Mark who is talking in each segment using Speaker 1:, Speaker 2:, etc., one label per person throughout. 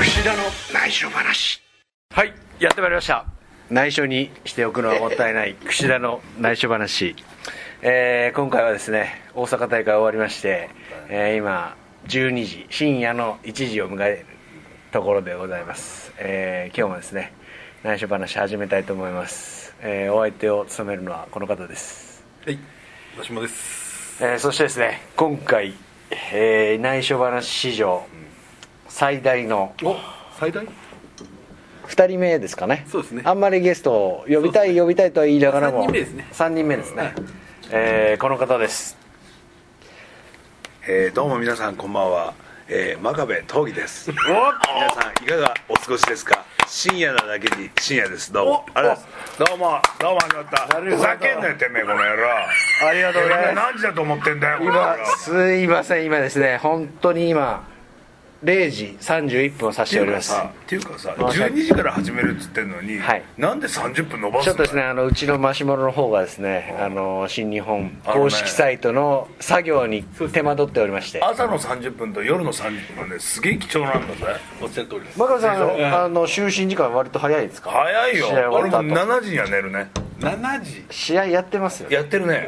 Speaker 1: 串田の内緒話
Speaker 2: はいやってまいりました
Speaker 1: 内緒にしておくのはもったいない 串田の内緒話、えー今回はですね大阪大会終わりまして、えー今12時深夜の1時を迎えるところでございます、えー今日もですね内緒話始めたいと思います、えーお相手を務めるのはこの方です、
Speaker 3: はい私もです
Speaker 1: えーそしてですね今回、えー内緒話史上最大の
Speaker 3: お最大
Speaker 1: 2人目ですかね
Speaker 3: そうですね
Speaker 1: あんまりゲストを呼びたい、呼びたいとは言いながらも
Speaker 3: 三人目ですね
Speaker 1: 3人目ですね、えーこの方です
Speaker 4: えーどうも皆さんこんばんは、えー、真壁闘技です皆さんいかがお過ごしですか深夜なだけに深夜ですどうもあれですどうもどうもありがと
Speaker 1: る
Speaker 4: う
Speaker 1: ほど
Speaker 4: ふざけんなよてめえこの野郎
Speaker 1: ありがとうございます
Speaker 4: 何時だと思ってんだよこの野郎
Speaker 1: 今すいません今ですね本当に今0時31分を指しております
Speaker 4: っていうかさ
Speaker 1: 申し訳
Speaker 4: 12時から始めるっつってんのに、
Speaker 1: はい
Speaker 4: なんで30分伸ば
Speaker 1: ちょ
Speaker 4: す
Speaker 1: っ
Speaker 4: ん
Speaker 1: と
Speaker 4: だ
Speaker 1: ですねあのうちのマシュマロの方がですねあの新日本公式サイトの作業に手間取っておりまして
Speaker 4: 朝の30分と夜の30分はねすげえ貴重なんだぜ
Speaker 3: おっしゃる通りです
Speaker 1: 真壁さんあのあの就寝時間割と早いですか
Speaker 4: 早いよ
Speaker 1: 試合
Speaker 4: 俺
Speaker 1: 終
Speaker 4: も
Speaker 1: わった後
Speaker 4: 7時には寝るね
Speaker 3: 7時
Speaker 1: 試合やってますよね
Speaker 4: やってるね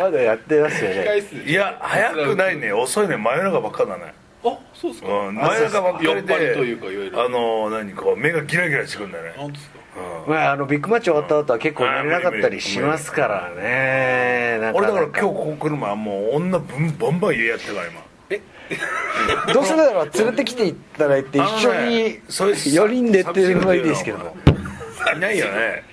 Speaker 1: まだやってますよね
Speaker 4: いや早くないね遅いね真夜中ばっかだね
Speaker 3: あそうですか、
Speaker 4: うん、前中ばっかり
Speaker 3: 酔っ払
Speaker 4: で
Speaker 3: いというかいわゆる
Speaker 4: あの何こう目がギラギラしてくるんだよね
Speaker 3: 本当ですか
Speaker 1: まあ、あのビッグマッチ終わった後は結構寝れなかったりしますからねなん
Speaker 4: 俺だから
Speaker 1: なん
Speaker 4: 今日ここ来る前はもう女ぶんバンバン家やってたから今
Speaker 1: どうせだから連れてきていただいて一緒
Speaker 4: あの
Speaker 1: に
Speaker 4: ねそいつ
Speaker 1: 4人でっていうのはいいですけども
Speaker 4: いないよね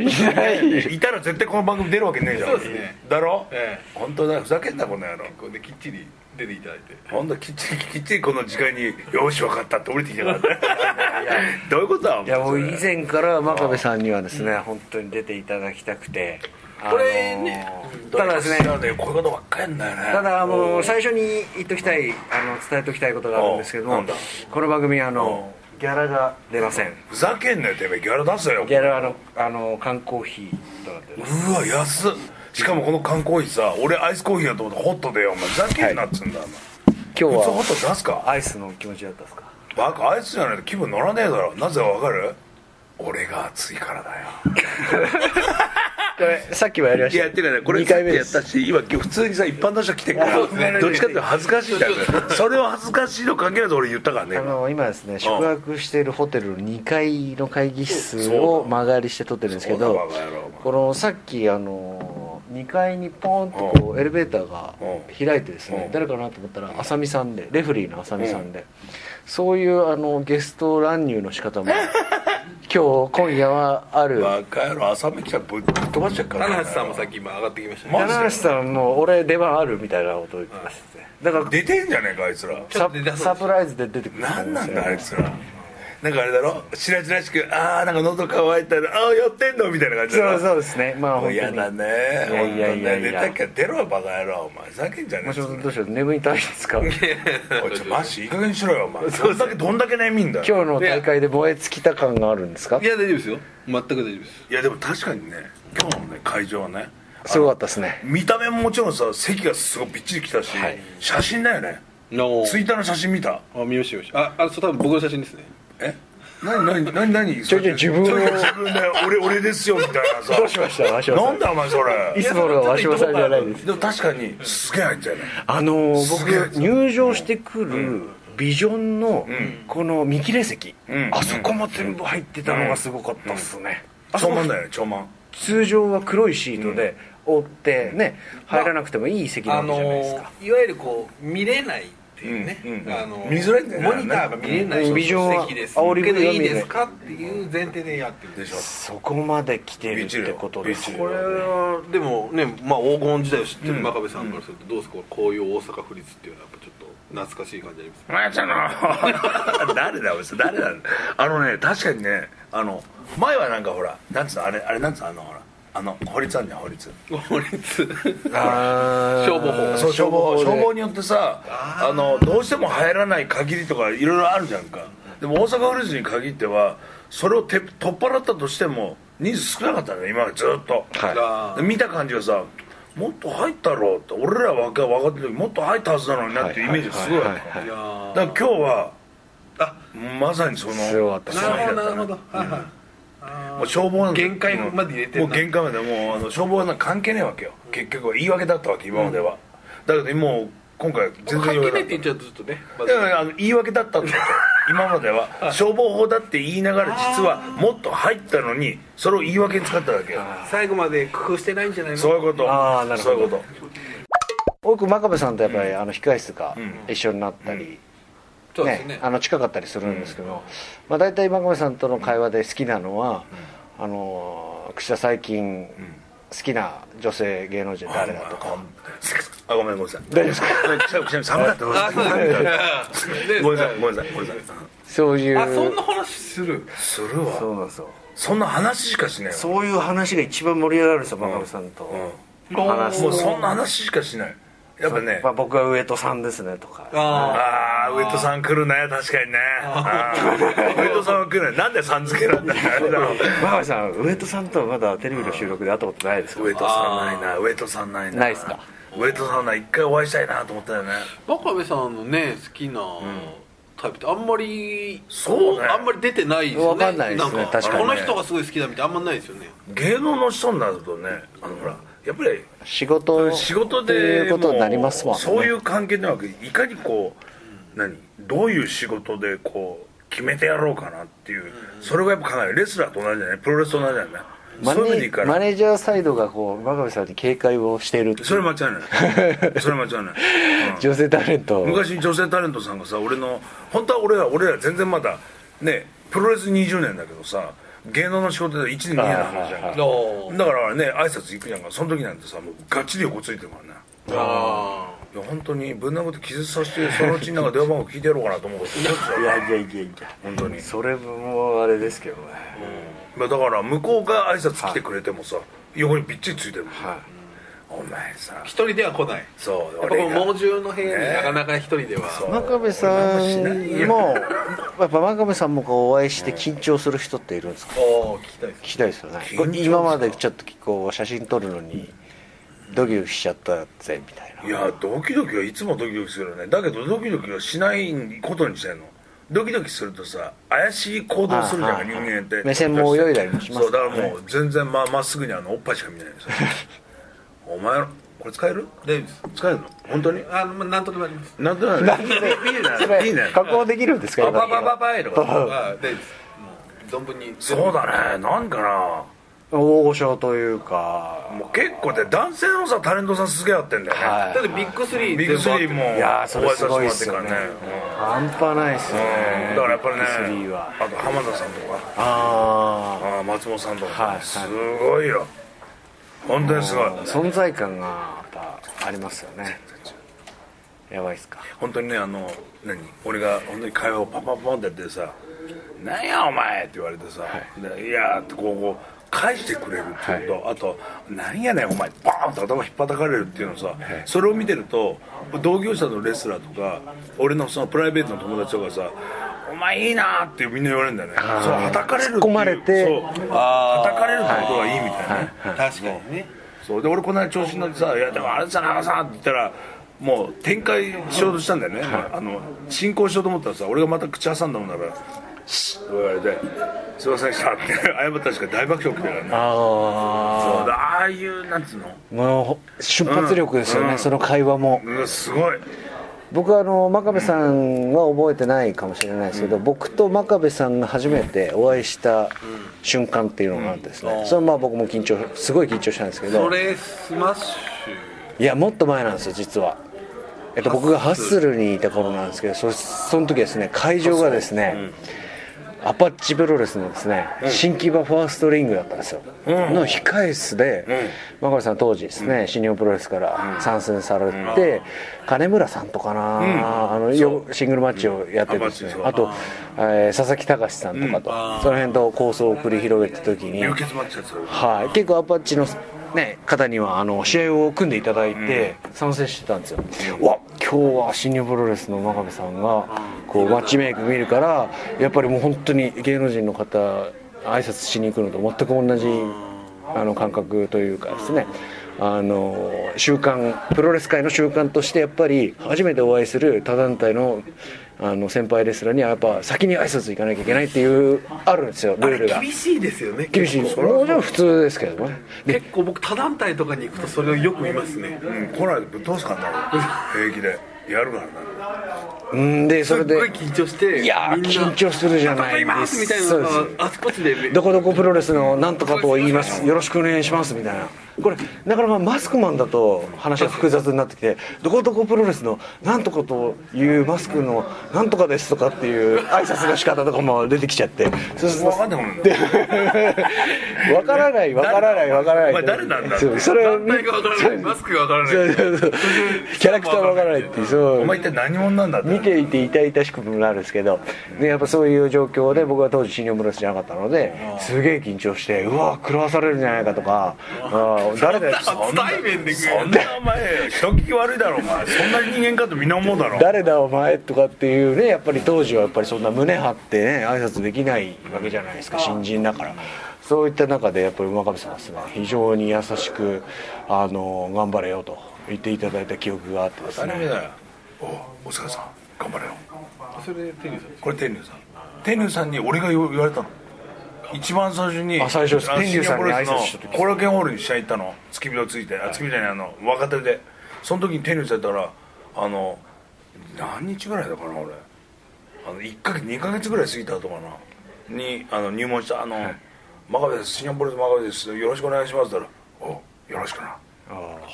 Speaker 4: いたら絶対この番組出るわけねえじゃん
Speaker 3: そうですね
Speaker 4: だろ、
Speaker 3: え
Speaker 4: 本当だよふざけんなこの野郎
Speaker 3: これできっちり出ていただいて
Speaker 4: 本当きっちりきっちりこの時間に「よし分かった」って降りてきた からねどういうことだ
Speaker 1: いやもう
Speaker 4: それ
Speaker 1: 以前から真壁さんにはですね本当に出ていただきたくてこれねただですね
Speaker 4: 知らねえこういうことばっかりやんだよね
Speaker 1: ただあ
Speaker 4: う
Speaker 1: の
Speaker 4: ん
Speaker 1: 最初に言っときたいあの伝えときたいことがあるんですけど
Speaker 4: おう
Speaker 1: も
Speaker 4: なんだ
Speaker 1: この番組あのギャラが出ません
Speaker 4: ふざけんなよてめえギャラ出せよ
Speaker 1: ギャラはあのあの缶コーヒーとなっております
Speaker 4: うわ安っしかもこの缶コーヒーさ俺アイスコーヒーだと思ってホットでよお前ふざけんなっつうんだ、お
Speaker 1: 今
Speaker 4: 前
Speaker 1: 日
Speaker 4: 普通ホ
Speaker 1: は
Speaker 4: ット出すか
Speaker 1: アイスの気持ちだったですか
Speaker 4: バカアイスじゃないと気分乗らねえだろなぜわかる俺が熱いからだよ
Speaker 1: これさっきはやりました2回目です
Speaker 4: し今普通にさ一般の人来てる
Speaker 1: そうですね
Speaker 4: どっちかっていうと恥ずかしいんだよねそれを恥ずかしいの関係ないと俺言ったからね
Speaker 1: あの今ですね宿泊しているホテルの2階の会議室を間借りして撮ってるんですけ
Speaker 4: そう
Speaker 1: ど
Speaker 4: だバカ野郎お前
Speaker 1: このさっきあの2階にポンとこうエレベーターが開いてですね
Speaker 4: うん
Speaker 1: 誰かなと思ったら浅見さんでレフェリーの浅見さんでそういうあのゲスト乱入の仕 方も今日今夜はある
Speaker 4: バカ野郎朝飯来たらぶっ飛ばしちゃうからね
Speaker 3: 棚橋さんもさっき今上がってきましたね、
Speaker 4: マジで
Speaker 1: 棚橋さんも俺出番あるみたいなことを言ってますねだから
Speaker 4: 出てんじゃねえかあいつら
Speaker 3: ちょっと出たそうで
Speaker 1: サ
Speaker 3: す
Speaker 1: サプライズで出てくると思
Speaker 4: な
Speaker 1: うんです
Speaker 4: なん
Speaker 1: よ
Speaker 4: だあいつらなんかあれだろ白々しくああんか喉乾いたらああやってんのみたいな感じだ
Speaker 1: そう
Speaker 4: ろ
Speaker 1: そうですねまあ
Speaker 4: も
Speaker 1: 本
Speaker 4: う
Speaker 1: 当
Speaker 4: 嫌
Speaker 1: に
Speaker 4: だね
Speaker 1: いやいやいやいや
Speaker 4: 本当ね出たっきゃ出ろバカ野郎お前ふざけんじゃね
Speaker 1: もし
Speaker 4: え
Speaker 1: もどうしよう眠いたいですか今
Speaker 4: おいちょマシいい加減にしろよお前どんだけどんだけ悩みんだよ
Speaker 1: 日の大会で燃え尽きた感があるんですか
Speaker 3: いや大丈夫ですよ全く大丈夫です
Speaker 4: いやでも確かにね今日のね会場はね
Speaker 1: すごかったですね
Speaker 4: 見た目ももちろんさ席がすごいびっちりきたし、写真だよね
Speaker 3: の
Speaker 4: ツイッターの写真見た
Speaker 3: あ見ました見ましたああそう多分僕の写真ですね
Speaker 4: え何何何何
Speaker 1: ちょいちょい自分を
Speaker 4: ちょいちょい自分で俺俺ですよみたいなさ
Speaker 1: どうしましたわしまさ
Speaker 4: なんんだお前それ
Speaker 1: いつものわしまさんじゃないです
Speaker 4: でも確かにすげえ入ったよね
Speaker 1: あのー
Speaker 4: すげえ
Speaker 1: 僕入場してくるビジョンのこの見切れ席
Speaker 4: うん
Speaker 1: あそこも全部入ってたのがすごかったっすねあそ
Speaker 4: 超
Speaker 1: こ
Speaker 4: 満だよね超満
Speaker 1: 通常は黒いシートで覆ってね入らなくてもいい席な
Speaker 5: あ
Speaker 1: わけ
Speaker 5: の
Speaker 1: じゃないですか
Speaker 5: いわゆるこう見れないっていうね、
Speaker 4: うんうん
Speaker 5: あの
Speaker 4: 見づらいんだよね
Speaker 5: モニターが見れない
Speaker 1: うんビジョンは
Speaker 5: 席です
Speaker 1: 煽り
Speaker 5: け
Speaker 1: 部
Speaker 5: ど
Speaker 1: 屋
Speaker 5: いい
Speaker 1: 見れない
Speaker 5: ですかっていう前提でやってる
Speaker 4: でしょ
Speaker 1: そこまで来てるってことです
Speaker 4: びっちり
Speaker 1: よ
Speaker 3: こ
Speaker 4: よ
Speaker 3: れはでもね、まあ、黄金時代を知ってる真壁さんからするとどうですかこういう大阪府立っていうのはやっぱちょっと懐かしい感じあります
Speaker 4: お前ちゃんの 誰だよお前誰だあのね確かにねあの前はなんかほらなんつうのあれあれなんつうのあのほらあの法律あんじゃん法律
Speaker 3: 法律
Speaker 1: あー
Speaker 3: 消防法
Speaker 4: そう消防
Speaker 1: で
Speaker 4: 消防によってさあのどうしても入らない限りとかいろいろあるじゃんかでも大阪府立に限ってはそれをて取っ払ったとしても人数少なかったね今までずっと、
Speaker 1: はい
Speaker 4: で見た感じはさもっと入ったろうって俺ら若い若手の時もっと入ったはずなのになっていうイメージがすごいあった
Speaker 1: はい
Speaker 3: やー
Speaker 4: だから今日は
Speaker 3: あ
Speaker 4: まさにその
Speaker 1: そうだった
Speaker 4: その
Speaker 6: なるほ
Speaker 4: 日
Speaker 6: どなる
Speaker 4: だ
Speaker 6: ほ
Speaker 4: っ
Speaker 6: ど
Speaker 4: たね
Speaker 6: はいはい
Speaker 4: もう消防なんて
Speaker 6: 限界まで入れてん
Speaker 4: も
Speaker 6: な
Speaker 4: う限界までもうあの消防はなんか関係ねえわけよ結局は言い訳だったわけ今までは、だけどもう今回全然
Speaker 3: 関係
Speaker 4: 言
Speaker 3: ないいっ
Speaker 4: 訳
Speaker 3: て言っちゃうとちょっとねま
Speaker 4: だか
Speaker 3: ず
Speaker 4: らあの言い訳だ ったんだと今までは消防法だって言いながら実はもっと入ったのにそれを言い訳に使っただけ
Speaker 6: 最後まで工夫してないんじゃないの
Speaker 4: そういうこと
Speaker 1: あーなるほど
Speaker 4: そういうこと
Speaker 1: 多く真壁さんとやっぱり、あの控室が一緒になったり、
Speaker 3: そうです
Speaker 1: ね
Speaker 3: ね、
Speaker 1: あの近かったりするんですけど、まあ、大体真壁さんとの会話で好きなのは、あの櫛田最近好きな女性芸能人誰だとか、
Speaker 4: あごめんごめんなさい
Speaker 1: 大丈夫ですか
Speaker 4: くしゃみ寒か ったごめんなさ いごめんなさいごめんなさいごめんなさい
Speaker 1: そういう
Speaker 6: あそんな話する
Speaker 4: するわ
Speaker 1: そうなんですよ
Speaker 4: そんな話しかしないわ
Speaker 1: そういう話が一番盛り上がるんですよ真壁さんと、話す
Speaker 4: もうそんな話しかしないやっぱね
Speaker 1: まあ、僕は上戸さんですねとか
Speaker 6: あ
Speaker 4: ああウエットさん来るね確かにねあーウエットさんは来るねなんでさん付けなんだよあれだろう
Speaker 1: 真壁さん上戸さんとはまだテレビの収録で会ったことないですか
Speaker 4: ウエットさんないなウエットさんないな
Speaker 1: ないっすか
Speaker 4: ウエットさんない一回お会いしたいなと思ったよね
Speaker 3: 真壁さんのね好きなタイプってあんまり
Speaker 4: そうね
Speaker 3: あんまり出てないですよね
Speaker 1: わかんないですね
Speaker 3: ん
Speaker 1: 確かに
Speaker 3: この人がすごい好きだみたいなあんまないですよね
Speaker 4: 芸能の人になるとねあのほらやっぱり
Speaker 1: 仕事
Speaker 4: 仕事
Speaker 1: って
Speaker 4: で
Speaker 1: いうことになりますもんね
Speaker 4: そういう関係ではなくいかにこう何どういう仕事でこう決めてやろうかなっていうそれがやっぱ考えるレスラーと同じじゃないプロレスと同じじゃない
Speaker 1: マネ
Speaker 4: そういうふうにいいか
Speaker 1: マ
Speaker 4: ら
Speaker 1: ネージャーサイドがこう真壁さんに警戒をしてるっていう
Speaker 4: それ間違いないそれ間違い ない、うん
Speaker 1: 女性タレント
Speaker 4: 昔女性タレントさんがさ俺の本当は俺ら俺ら全然まだねプロレス20年だけどさ芸能の仕事で1年2年の話じゃん
Speaker 1: はいはい
Speaker 4: か
Speaker 3: あ
Speaker 4: だからね挨拶行くじゃんかその時なんてさもうガッチリ横ついてるからね
Speaker 3: あ
Speaker 4: いや本当にぶん殴って気絶させてそのうちになんか電話番号聞いてやろうかなと思うこと思ってた
Speaker 1: い
Speaker 4: よ
Speaker 1: やいやいやいや
Speaker 4: 本当に
Speaker 1: それもあれですけどね
Speaker 4: まあだから向こうが挨拶来てくれてもさ横にびっちりついてるもんねお前さ
Speaker 3: 一人では来ない
Speaker 4: そう
Speaker 3: やっぱこの
Speaker 4: 俺が
Speaker 3: 猛獣の部屋になかなか一人では
Speaker 1: 真壁さんもやっぱ真壁さんもこうお会いして緊張する人っているんですか
Speaker 6: お聞きたいです
Speaker 1: 聞きたいですよね
Speaker 4: 緊張ですか
Speaker 1: 今までちょっとこう写真撮るのにドキドキしちゃったぜみたいない
Speaker 4: やドキドキはいつもドキドキするよねだけどドキドキはしないことにしてんのドキドキするとさ怪しい行動するじゃん
Speaker 1: は
Speaker 4: か
Speaker 1: い
Speaker 4: 人
Speaker 1: はい
Speaker 4: 間って
Speaker 1: 目線も泳いだりもします
Speaker 4: そうだ
Speaker 1: から
Speaker 4: か
Speaker 1: ね
Speaker 4: らもう全然ままっすぐにあのおっぱいしか見ないですお前らこれ使える
Speaker 6: 大丈夫です
Speaker 4: 使えるの本当に
Speaker 6: あのまあなんとでもあります
Speaker 4: なんとなくいい
Speaker 1: そ
Speaker 4: ね
Speaker 1: れ
Speaker 4: いいね
Speaker 1: 加工できるんですか
Speaker 6: パ
Speaker 1: 今
Speaker 6: パパパパイとか
Speaker 3: あ大丈夫ですもう存分に
Speaker 4: そうだねなんかな
Speaker 1: 大御所というか
Speaker 4: もう結構で男性のさタレントさんすげえやってんだよね、
Speaker 1: は
Speaker 3: だってビッグスリー
Speaker 4: ビッグスリーも
Speaker 1: いやーそれすごいっすよね
Speaker 4: お会いさせてもらってから
Speaker 1: 半端
Speaker 4: ね
Speaker 1: ないっすね
Speaker 4: だからやっぱりね
Speaker 1: ビッグスリーは
Speaker 4: あと浜田さんとか
Speaker 1: あ
Speaker 4: あー松本さんとか、
Speaker 1: はいはい
Speaker 4: すごいよ本当にすごい
Speaker 1: あ存在感がやっぱありますよねやばいっすか
Speaker 4: 本当にねあの何俺が本当に会話をパンパンパンってやってさ「なんやお前!」って言われてさ「でいや」ってこうこう返してくれるっていうのと、あと「なんやねんお前!」バーンって頭引っぱたかれるっていうのさ、それを見てると同業者のレスラーとか俺のそのプライベートの友達とかさ「お前いいな!」ってみんな言われるんだよねそうはたかれるってい
Speaker 1: 突っ込まれて
Speaker 4: そうはたかれるってことがいいみたいなね、
Speaker 6: 確かにね
Speaker 4: そうで俺この間調子に乗ってさ「いやでもあれじゃなあさん」って言ったらもう展開しようとしたんだよね、あの進行しようと思ったらさ俺がまた口挟んだもんだから「シッ」と言われて「すいませんでした」って 謝ったらしか大爆笑起きてるからね
Speaker 1: あ
Speaker 4: そうだああいうなんつうの
Speaker 1: あもう瞬発力ですよね、
Speaker 4: うん
Speaker 1: その会話も
Speaker 4: うわすごい
Speaker 1: 僕はあの真壁さんは覚えてないかもしれないですけど、僕と真壁さんが初めてお会いした瞬間っていうのがあってですね、それはまあ僕も緊張すごい緊張したんですけ
Speaker 6: そ
Speaker 1: ど
Speaker 6: れスマッシ
Speaker 1: いやもっと前なんですよ実は、えっと、僕がハッスルにいた頃なんですけどそその時はですね会場がですね、アパッチプロレスのですね、新木場ファーストリングだったんですよ、の控え室で、真壁さん当時ですね、新日本プロレスから参戦されて、金村さんとかな、あのよシングルマッチをやってですね、
Speaker 4: うん
Speaker 1: あと、えー佐々木隆さんとかと、その辺と構想を繰り広げた時に
Speaker 4: 流血マッチやつだ
Speaker 1: はい、結構アパッチの、ね、方にはあの試合を組んでいただいて参戦してたんですよ、うわ今日は新日本プロレスの真壁さんがこうマッチメイク見るからやっぱりもう本当に芸能人の方挨拶しに行くのと全く同じあの感覚というかですねあの週刊プロレス界の習慣としてやっぱり初めてお会いする他団体のあの先輩レスラーにはやっぱ先に挨拶行かなきゃいけないっていうあるんですよルールが
Speaker 7: 厳しいですよね
Speaker 1: 厳しいですもちろん普通ですけどねで
Speaker 7: 結構僕他団体とかに行くとそれをよく見ますね
Speaker 4: うん、来ないでぶっ通すから な平気でやるからな
Speaker 1: うんでそれです
Speaker 7: っごい緊張して
Speaker 1: いや
Speaker 7: み
Speaker 1: ー
Speaker 7: んな
Speaker 1: 緊張するじゃな
Speaker 7: 戦
Speaker 1: い
Speaker 7: いますみたいなの
Speaker 1: そうです
Speaker 7: があちこちでめ
Speaker 1: どこどこプロレスのなんとかと言いますよろしくお願いしますみたいなこれなかなかマスクマンだと話が複雑になってきてどこどこプロレスのなんとかというマスクのなんとかですとかっていう挨拶の仕方とかも出てきちゃってそうする
Speaker 4: 分かんないもんね
Speaker 1: とわからないわからないわからない
Speaker 4: お前誰なんだ
Speaker 1: そうそれを
Speaker 7: 団体がわからないマスクがわからない
Speaker 1: そうそうキャラクターわからないっていうそう
Speaker 4: お前一体何者なんだって
Speaker 1: 見ていて痛々しくもなるんですけどでやっぱそういう状況で僕は当時新日本プロレスじゃなかったのですげえ緊張してうわ食らわされるんじゃないかとかあー誰だよ
Speaker 7: 初対面で来
Speaker 4: そん
Speaker 7: る
Speaker 4: なお前人聞き悪いだろお前そんな人間かとみんな思うだろ
Speaker 1: 誰だお前とかっていうねやっぱり当時はやっぱりそんな胸張ってね挨拶できないわけじゃないですか新人だからそういった中でやっぱり馬上さんはですね非常に優しくあの頑張れよと言っていただいた記憶があってです
Speaker 4: 誰
Speaker 1: ね
Speaker 4: だよおお疲れさん頑張れよそれ天竜さんこれ天竜さん天竜さんに俺が言わ言われたの一番最初に
Speaker 1: あ最初です
Speaker 4: あの
Speaker 1: 天竜さんに
Speaker 4: シニアプロレスの
Speaker 1: 挨拶した時
Speaker 4: 後楽園ホールに試合行ったの付き人ついてあ付き人じゃないあの若手でその時に天竜さんやったらあの何日ぐらいだかな俺あの1か月2か月ぐらい過ぎた後かなにあの入門したあの、真壁ですシニアプロレス真壁ですよろしくお願いします」って言ったら「およろしくな」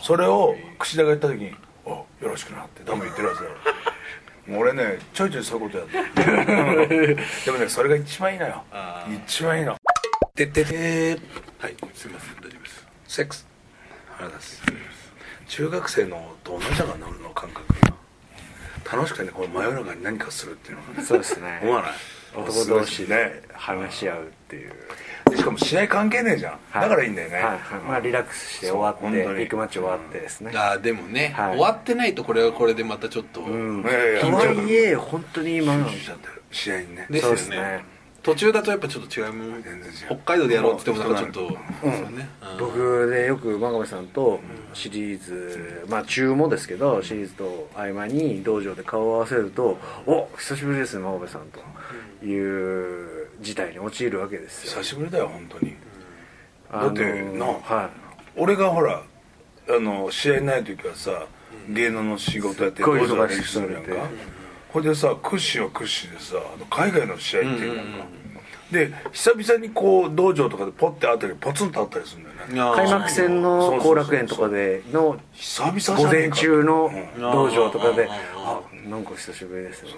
Speaker 4: それを櫛田が言った時に「およろしくな」って多分言ってるはずだよもう俺ねちょいちょいそういうことやって でもねそれが一番いいのよ一番いいのてっててー
Speaker 7: はいすいません大丈夫です
Speaker 4: セックスあれです中学生のと同じだからな俺の感覚が楽しくてねこの真夜中に何かするっていうの がね
Speaker 1: そうです ね
Speaker 4: 思わない
Speaker 1: 男同士で話し合うっていう
Speaker 4: しかも試合関係ねえじゃん、だからいいんだよね、
Speaker 1: はいはいまあ、リラックスして終わ
Speaker 4: そう
Speaker 1: っ
Speaker 4: 本当に
Speaker 1: てビッグマッチ終わってですね、
Speaker 3: あーでもね、
Speaker 1: はい
Speaker 3: 終わってないとこれはこれでまたちょっと、
Speaker 1: うん
Speaker 4: いやいや
Speaker 1: とはいえ本当に今の
Speaker 4: 集中しちゃってる試合にね
Speaker 3: です
Speaker 1: そう
Speaker 3: よ
Speaker 1: ですね
Speaker 3: ね途中だとやっぱちょっと違うもん
Speaker 4: 全然違う
Speaker 3: 北海道でやろうって言ってもなんかちょっとそうですよねうん
Speaker 1: 僕でよく真壁さんとシリーズ、まあ中もですけどシリーズと合間に道場で顔を合わせると「お久しぶりですね真壁さん」という事態に陥るわけですよ
Speaker 4: 久しぶりだよ本当に、
Speaker 1: あの
Speaker 4: だってな
Speaker 1: は
Speaker 4: 俺がほらあの試合ない時はさ芸能の仕事やって
Speaker 1: すっごい
Speaker 4: 道場の練
Speaker 1: 忙し
Speaker 4: 習
Speaker 1: く
Speaker 4: す
Speaker 1: さ
Speaker 4: る
Speaker 1: れ
Speaker 4: やん
Speaker 1: て
Speaker 4: かほいでさ屈指は屈指でさあの海外の試合っていうやんかで久々にこう道場とかでポッて会ったりポツンと会ったりするんだよね
Speaker 1: い、開幕戦の後楽園とかでの
Speaker 4: 久々じゃねえ
Speaker 1: 午
Speaker 4: か
Speaker 1: 前中の
Speaker 4: うん
Speaker 1: 道場とかで「あなんか久しぶりですね」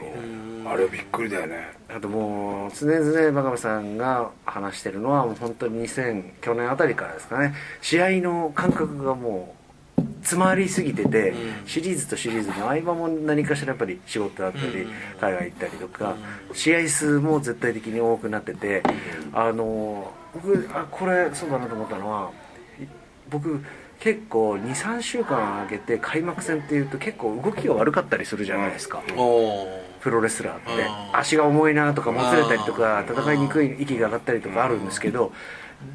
Speaker 4: あれはびっくりだよね
Speaker 1: あともう常々真壁さんが話してるのはもう本当に2000去年あたりからですかね試合の感覚がもう詰まりすぎてて、シリーズとシリーズの合間も何かしらやっぱり仕事だったり、海外行ったりとか、試合数も絶対的に多くなってて、あの僕あこれそうだなと思ったのはい僕結構23週間空けて開幕戦っていうと結構動きが悪かったりするじゃないですか、
Speaker 3: おー
Speaker 1: プロレスラーって
Speaker 3: うん
Speaker 1: 足が重いなとかもつれたりとか戦いにくい息が上がったりとかあるんですけど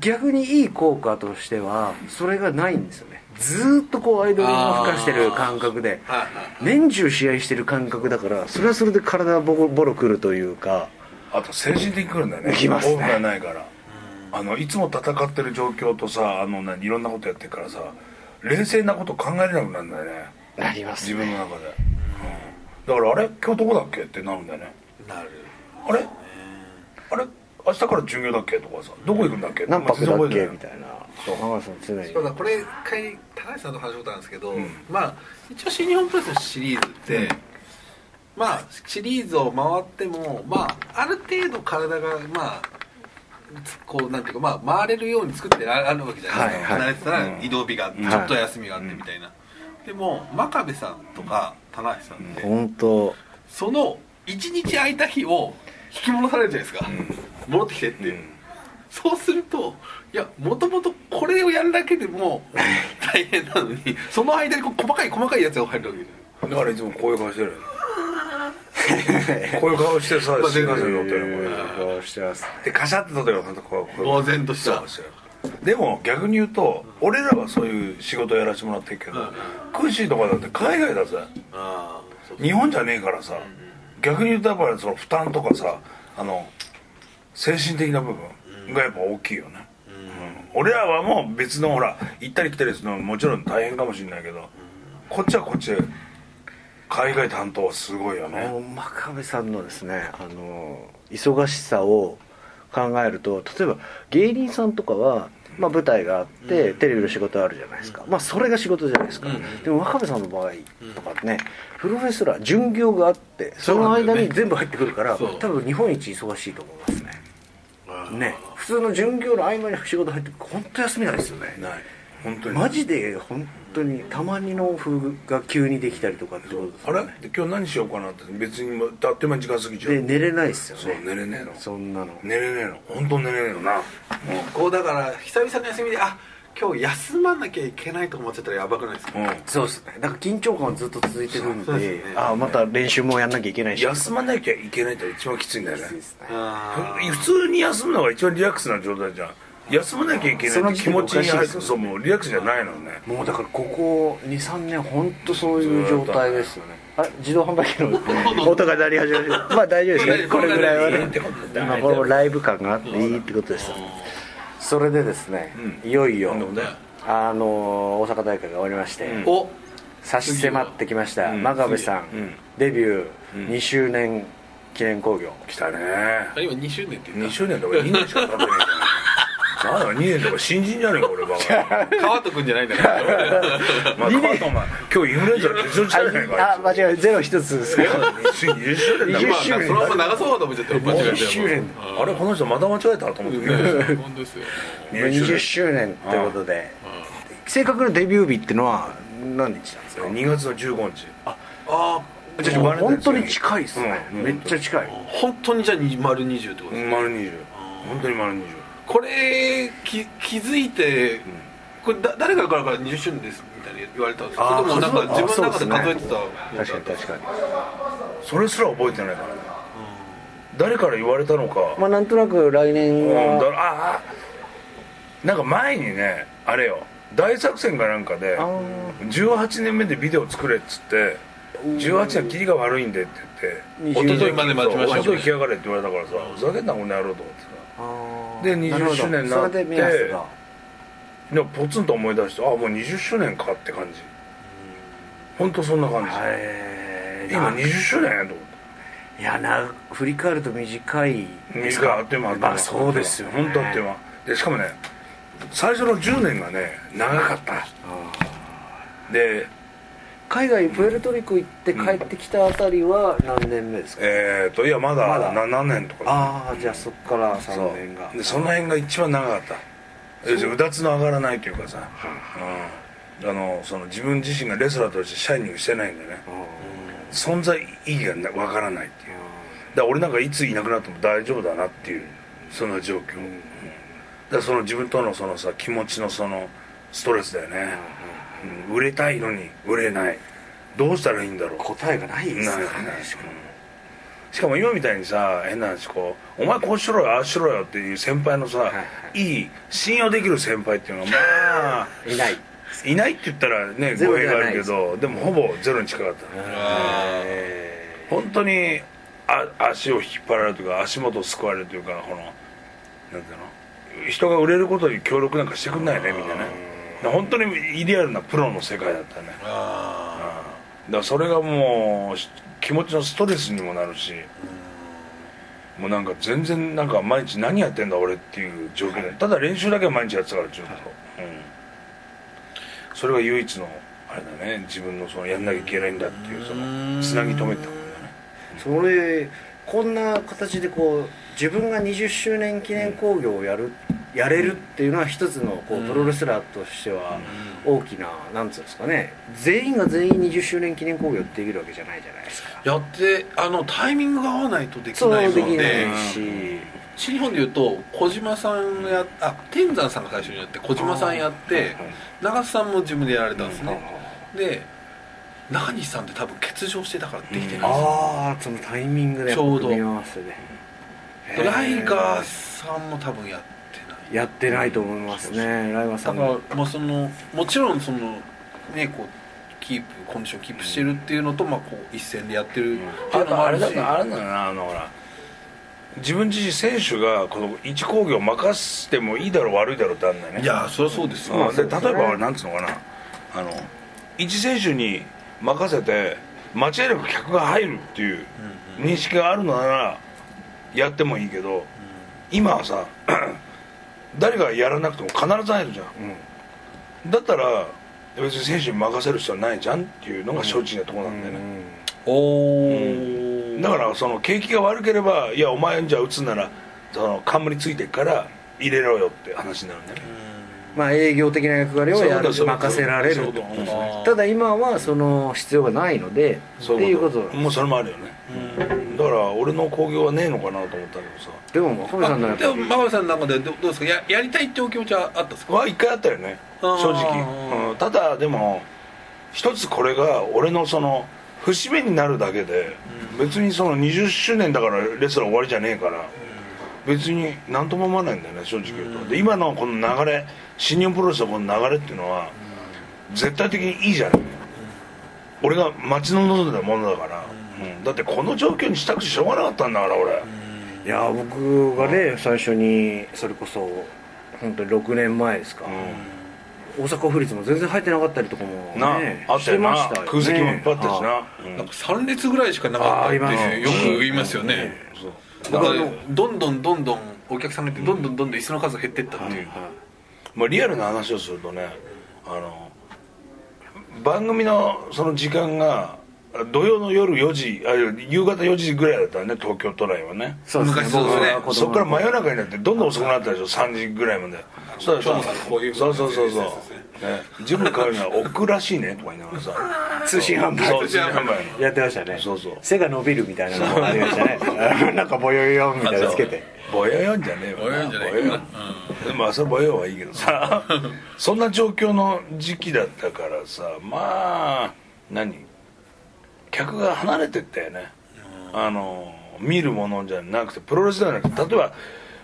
Speaker 1: 逆にいい効果としてはそれがないんですよねずーっとこうアイドルをふかしてる感覚で年中試合してる感覚だからそれはそれで体ボロボロくるというか
Speaker 4: あと精神的に来るんだよね
Speaker 1: 来ますね
Speaker 4: オフがないからあのいつも戦ってる状況とさあの何いろんなことやってるからさ冷静なこと考えれなくなるんだよね
Speaker 1: なりま
Speaker 4: 自分の中で、うん、だからあれ今日どこだっけってなるんだよね
Speaker 3: なる
Speaker 4: あれあれ明日から巡業だっけとかさどこ行くんだっけ
Speaker 1: 何泊だっけ
Speaker 4: 全然覚えてな
Speaker 1: みたいなそう浜田さん常に
Speaker 3: そうだこれ一回高橋さんと話したことあるんですけど、まあ一応新日本プロレスのシリーズって、まあシリーズを回ってもまあある程度体がまあつこうなんていうかまあ回れるように作ってああるわけじゃないですか、
Speaker 1: はいはい
Speaker 3: 慣れてたら移動日があって、
Speaker 1: うん
Speaker 3: ちょっと休みがあってみたいな、でも真壁さんとか棚橋さんって、
Speaker 1: 本当
Speaker 3: その一日空いた日を引き戻されるじゃないですか、戻ってきてって、そうするといやもともとこれをやるだけで も大変なのにその間にこう細かい細かいやつが入るわけじ
Speaker 4: だからいつもこういう顔して るよこういう顔してさ新幹線乗ってるこういう
Speaker 1: こうしてます
Speaker 4: でカシャって撮ってるよほんとこうこう
Speaker 3: ゃん呆然とした
Speaker 4: そうでも逆に言うと俺らはそういう仕事やらせてもらってるけど、クッシーとかだって海外だぜ
Speaker 3: ああそう
Speaker 4: 日本じゃねえからさ、逆に言うとやっぱりその負担とかさあの精神的な部分がやっぱ大きいよね、うん俺らはもう別のほら行ったり来たりするのももちろん大変かもしれないけど、こっちはこっちで海外担当はすごいよね、
Speaker 1: もう真壁さんのですねあの忙しさを考えると例えば芸人さんとかは、まあ、舞台があって、テレビの仕事あるじゃないですか、まあそれが仕事じゃないですか、でも真壁さんの場合とかね、プロフェッサー巡業があってその間に全部入ってくるから、
Speaker 3: そう
Speaker 1: 多分日本一忙しいと思いますねね普通の巡業の合間に仕事入って本当休みないですよね
Speaker 4: ない本当に
Speaker 1: マジで本当にたまにの風が急にできたりとかってことです
Speaker 4: あ
Speaker 1: よ
Speaker 4: れ
Speaker 1: ね
Speaker 4: で今日何しようかなって別にもうあっという間に時間過ぎちゃう
Speaker 1: で寝れないですよね
Speaker 4: そう寝れねえの
Speaker 1: そんなの
Speaker 4: 寝れねえの本当寝れねえのな
Speaker 3: こうだから久々の休みであ今日休まなきゃいけないと思っちゃったらやばくないですか
Speaker 4: うん
Speaker 1: そうですねだから緊張感はずっと続いてるんで
Speaker 3: そうですね
Speaker 1: ああまた練習もやんなきゃいけないし
Speaker 4: 休まなきゃいけないって一番きついんだよね
Speaker 3: あ
Speaker 4: 普通に休むのが一番リラックスな状態じゃん休まなきゃいけ
Speaker 1: そ
Speaker 4: ない
Speaker 1: の
Speaker 4: っ
Speaker 1: 時点
Speaker 4: て気
Speaker 1: で
Speaker 4: 持
Speaker 1: お
Speaker 4: ち
Speaker 1: か
Speaker 4: に
Speaker 1: しい
Speaker 4: 入
Speaker 1: で
Speaker 4: る
Speaker 1: す
Speaker 4: そ
Speaker 1: よ
Speaker 4: う
Speaker 1: ね
Speaker 4: もうリラックスじゃないのね
Speaker 1: もうだからここ23年本当そういう状態ですよねあれ自動販売機の 音が鳴り始めてまあ大丈夫ですね これぐらいはね今このライブ感があっていいってことですよそれでですねいよいよあの大阪大会が終わりまして
Speaker 3: ーお
Speaker 1: 差し迫ってきました
Speaker 4: うん
Speaker 1: 真壁さん
Speaker 4: うん
Speaker 1: デビュー2周年記念興行
Speaker 4: 来たね
Speaker 8: あ今2周年って言
Speaker 4: 2
Speaker 8: っ
Speaker 4: 周年とか2年しか経ってねえからまだ2年とか新人じゃねえか俺バカ
Speaker 3: 川戸君じゃないんだから
Speaker 4: まあ変わったお前今日インフルエンザで受賞したじゃねえか
Speaker 1: あ間違えゼロ一つ ですけど
Speaker 4: ついに20周年だ
Speaker 1: 20
Speaker 4: ま
Speaker 3: まあそのまま流そうかと思っちゃったら間違え
Speaker 1: 20周年
Speaker 4: ああれこの人また間違えたと思って
Speaker 8: たよ本当ですよ
Speaker 1: 20周年ということで正確なデビュー日っていうのは何日なんですか
Speaker 4: 2月の15日
Speaker 3: あ
Speaker 4: じゃあ
Speaker 1: もう
Speaker 4: バレンタイ
Speaker 1: 本
Speaker 4: ンです
Speaker 1: 当
Speaker 4: ね
Speaker 1: に近いですね、
Speaker 4: うん
Speaker 1: めっちゃ近い、
Speaker 3: あ本当にじゃあに丸20ってことですね
Speaker 4: 丸20本当に丸20
Speaker 3: これき気づいて、これだ誰かからから20周年ですみたいに言われたんですけ
Speaker 1: あー
Speaker 3: どもなん
Speaker 1: 数
Speaker 3: か
Speaker 1: え
Speaker 3: 自分の中で
Speaker 1: あ
Speaker 3: 数
Speaker 1: そ
Speaker 3: え
Speaker 1: うで
Speaker 3: て
Speaker 1: す
Speaker 3: た
Speaker 1: ね確かに確かに
Speaker 4: それすら覚えてないからね誰から言われたのか
Speaker 1: まあなんとなく来年
Speaker 4: うんだ
Speaker 1: は
Speaker 4: ああなんか前にねあれよ大作戦かなんかで
Speaker 1: あ
Speaker 4: 18年目でビデオ作れっつって18年はキリが悪いんでって言って
Speaker 1: 20
Speaker 4: 一昨日
Speaker 3: まで待ちましょう
Speaker 4: そう一昨日来やがれって言われたからさふざけんなこの野郎と思ってさ
Speaker 1: あー
Speaker 4: で20
Speaker 1: なるほど
Speaker 4: 周年になって
Speaker 1: それで目安が
Speaker 4: でもポツンと思い出してああもう20周年かって感じ本当そんな感じ
Speaker 1: へー
Speaker 4: 今
Speaker 1: な
Speaker 4: 20周年やと思って
Speaker 1: いやな振り返ると短いです
Speaker 4: 短い
Speaker 1: か
Speaker 4: あっという間あっという間
Speaker 1: まあそうですよ、ね、
Speaker 4: 本当あっという間でしかもね最初の10年がね長かったで
Speaker 1: 海外プエルトリコ行って帰ってきたあたりは何年目ですか、
Speaker 4: えっといや
Speaker 1: ま
Speaker 4: まだ
Speaker 1: だ
Speaker 4: 7年とか
Speaker 1: ああじゃあそっから
Speaker 4: そう
Speaker 1: 3年が
Speaker 4: でその辺が一番長かった要するにうだつの上がらないというかさ、うん、あのその自分自身がレスラーとしてシャイニングしてないんでね存在意義がなわからないっていうだから俺なんかいついなくなっても大丈夫だなっていうその状況、うんだからその自分とのそのさ気持ちのそのストレスだよね、うん売れたいのに売れないどうしたらいいんだろう
Speaker 1: 答えがないです
Speaker 4: な
Speaker 1: か
Speaker 4: い
Speaker 1: ら
Speaker 4: ね
Speaker 1: ね
Speaker 4: しかも今みたいにさ変な話こうお前こうしろよああしろよっていう先輩のさ、、
Speaker 1: はい
Speaker 4: い信用できる先輩っていうのがまあ
Speaker 1: いない
Speaker 4: いないって言ったらね
Speaker 1: ゼ
Speaker 4: 語
Speaker 1: ロ
Speaker 4: 弊
Speaker 1: では
Speaker 4: があ
Speaker 1: ない
Speaker 4: るけどでもほぼゼロに近かった本当にあ足を引っ張られるというか足元をすくわれるというかこのなんていうの人が売れることに協力なんかしてくんないねみんなね本当にリアルなプロの世界だったねだからそれがもうし気持ちのストレスにもなるしもうなんか全然なんか毎日何やってんだ俺っていう状況でただ練習だけは毎日やってたからちょっと、うんそれが唯一のあれだね自分のそのやんなきゃいけないんだっていうそのつなぎ止めたもんだね
Speaker 1: それこんな形でこう自分が20周年記念興行をやる、やれるっていうのは一つのこうプロレスラーとしては大きな、なんつうんですかね全員が全員20周年記念興行ってできるわけじゃないじゃないですか
Speaker 3: やってあのタイミングが合わないとでき
Speaker 1: そ
Speaker 3: ないうので
Speaker 1: できないし、
Speaker 3: 新日本でいうと小島さんがやあ天山さんが最初にやって小島さんやって長瀬さんも自分でやられたんですね、で中西さんって多分欠場してたからできてないん
Speaker 1: ああそのタイミングで
Speaker 3: ちょうど
Speaker 1: 組み合わせで
Speaker 3: ですよ、ライガーさんも多分やってない
Speaker 1: やってないと思いますねライバーさ
Speaker 3: だ
Speaker 1: ん
Speaker 3: か
Speaker 1: も
Speaker 3: ら、まあ、そのもちろんそのねこうキープコンディションキープしてるっていうのと、まあ、こう一戦でやってるっていう
Speaker 4: あ
Speaker 3: の
Speaker 4: と
Speaker 3: も
Speaker 4: あ
Speaker 3: あ
Speaker 4: れ
Speaker 3: るし
Speaker 4: だなあれだなあのほら自分自身選手がこの一工業任してもいいだろう悪いだろうってあるんだよね
Speaker 3: いやそりゃそうですよ、
Speaker 4: うん、で例えばなんつうのかなあの一選手に任せて間違いなく客が入るっていう認識があるのならやってもいいけど、今はさ 誰がやらなくても必ず入るじゃん、だったら別に選手に任せる必要はないじゃんっていうのが正直なところなんだよね、
Speaker 3: おお、
Speaker 4: だからその景気が悪ければいやお前じゃあ打つならその冠ついてっから入れろよって話になるんだよね、
Speaker 1: まあ営業的な役割をやる
Speaker 4: そういうこと
Speaker 1: 任せられ
Speaker 4: そうい
Speaker 1: る
Speaker 4: うことうん
Speaker 1: ただ今はその必要がないのでって
Speaker 4: そう
Speaker 1: い
Speaker 4: いう
Speaker 1: こ
Speaker 4: うこと
Speaker 1: と
Speaker 4: もうそれもあるよね、だから俺の興行はねえのかなと思ったけどさ
Speaker 1: でも若林さ
Speaker 3: あ
Speaker 1: んなら
Speaker 3: でも真壁さんの中でどどうですかややりたいってお気持ちはあったんですか
Speaker 4: は一回あったよね
Speaker 3: あー
Speaker 4: 正直、うんただでも一つこれが俺のその節目になるだけで、別にその20周年だからレスラー終わりじゃねえから、別に何とも思わないんだよね正直言うと、で今のこの流れ新日本プロレスのこの流れっていうのは、絶対的にいいじゃない、俺が待ち望んでたものだから、うんだってこの状況にしたくてしょうがなかったんだから俺、
Speaker 1: いや僕がね最初にそれこそ本当に6年前ですか、大阪府立も全然入ってなかったりとかも、
Speaker 4: な
Speaker 1: ね、
Speaker 4: あったよな
Speaker 1: してましたよね
Speaker 4: 空席もいっぱいあったし
Speaker 1: は
Speaker 4: な、うん
Speaker 3: なんか3列ぐらいしかなかった
Speaker 1: あ
Speaker 3: っ
Speaker 1: ー
Speaker 3: て
Speaker 1: い
Speaker 3: よ
Speaker 1: ます
Speaker 3: く言いますよね、
Speaker 4: そう
Speaker 3: だからどんどんどんどんお客さんが減ってどんどんどんどん椅子の数が減ってったっていう、
Speaker 4: まあ、リアルな話をするとねあの番組のその時間が土曜の夜4時あ夕方4時ぐらいだったね東京都内はね
Speaker 1: そうですね
Speaker 3: 昔そうですね
Speaker 1: 僕は子供の頃
Speaker 4: そこから真夜中になってどんどん遅くなったでしょ3時ぐらいまでそう
Speaker 3: 今日もこういう
Speaker 4: そうそうそうそう、ね、ジム通うのは億劫らしいねとか言いながらさ
Speaker 1: 通信販売
Speaker 4: そう通信販売
Speaker 1: やってましたね
Speaker 4: そうそう
Speaker 1: 背が伸びるみたいなのもありましたねあの なんかボヨヨンみたいなのつけて
Speaker 4: ボヨヨンじゃねえわ
Speaker 3: ボヨヨンじゃない
Speaker 4: ボヨヨンまあそれボヨヨンはいいけどさ そんな状況の時期だったからさまあ何客が離れてったよねあの見るものじゃなくてプロレスではなくて例えば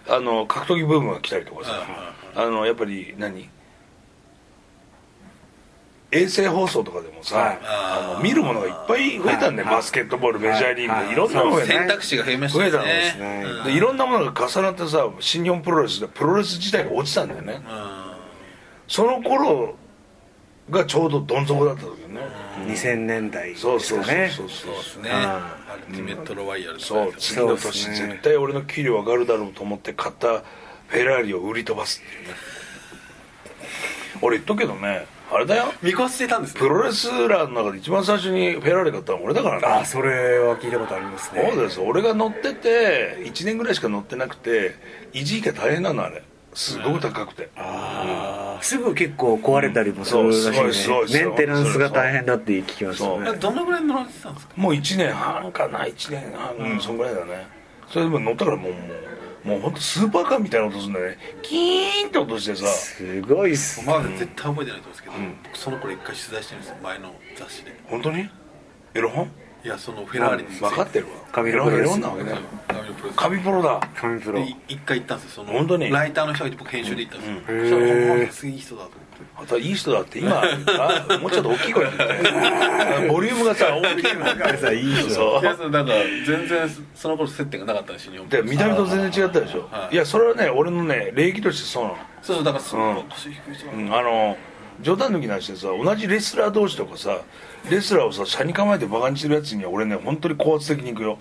Speaker 4: あの格闘技ブームが来たりとかさあのやっぱり何衛星放送とかでもさ、
Speaker 1: はい
Speaker 4: あの見るものがいっぱい増えたんで、
Speaker 1: はい
Speaker 4: バスケットボール、メジャーリーグ、
Speaker 1: はい
Speaker 4: い、ろんなものがね
Speaker 3: 選択肢が減りまし
Speaker 4: 増
Speaker 3: た
Speaker 4: え
Speaker 3: よ
Speaker 4: た
Speaker 3: ね
Speaker 4: のです
Speaker 1: ね
Speaker 4: ねでいろんなものが重なってさ新日本プロレスでプロレス自体が落ちたんだよねその頃がちょうどどん底だった時ね
Speaker 1: 2000年代ですか
Speaker 4: そ
Speaker 1: ね
Speaker 4: うそうそうそうそう
Speaker 3: ね
Speaker 1: あ
Speaker 3: アルティメットロワイヤルとか
Speaker 4: そう次の年
Speaker 1: そうですね
Speaker 4: 絶対俺の給料上がるだろうと思って買ったフェラーリを売り飛ばすっていうね俺言っとくけどねあれだよ
Speaker 3: 見越してたんですね
Speaker 4: プロレスラーの中で一番最初にフェラーリ買ったの俺だからね
Speaker 1: あそれは聞いたことありますね
Speaker 4: そうです俺が乗ってて1年ぐらいしか乗ってなくて維持費が大変なのあれすごく高くて、
Speaker 1: あーすぐ結構壊れたりもするらしいね、
Speaker 4: うんそうすごいすごい
Speaker 1: メンテナンスが大変だって聞きますよね
Speaker 3: どのぐらい乗られてたんですか
Speaker 4: もう1年半かな1年半うん、そんぐらいだねそれでも乗ったからもうもうもう本当スーパーカーみたいな音するんだよねキーンって音してさ
Speaker 1: すごいっす
Speaker 3: まあ絶対覚えてないと思うんですけど、僕その頃一回取材してるんですよ前の雑誌で
Speaker 4: 本当にエロ本
Speaker 3: いやそのフェラーリについて
Speaker 4: 分かってるわ
Speaker 1: 紙
Speaker 4: エ
Speaker 1: のプ
Speaker 4: ロ
Speaker 1: ロ
Speaker 4: エ
Speaker 1: レス
Speaker 4: ロなわけね
Speaker 3: ダブルプロレス
Speaker 4: 紙プロだ
Speaker 1: 神プロ
Speaker 3: で一回行ったんですよその
Speaker 4: 本当に
Speaker 3: ライターの人がいて僕編集で行ったんですよ、
Speaker 1: ん
Speaker 3: そした
Speaker 1: へー
Speaker 3: らほんますげえ人だと思って
Speaker 4: あとはいい人だって今あもうちょっと大きい声で言って ボリュームがさ大きいの
Speaker 1: さいい人
Speaker 4: そう
Speaker 3: いやそのなんか全然その頃接点がなかったんですよ日本
Speaker 4: で見た目と全然違ったでしょ、
Speaker 3: はい
Speaker 4: い、やそれはね俺のね礼儀としてそうなの、
Speaker 3: そうだからその、
Speaker 4: うん
Speaker 3: 腰低い人だ
Speaker 4: うんあの冗談抜きなしでさ同じレスラー同士とかさレスラーをさ車に構えてバカにしてるやつには俺ね本当に高圧的に行く よ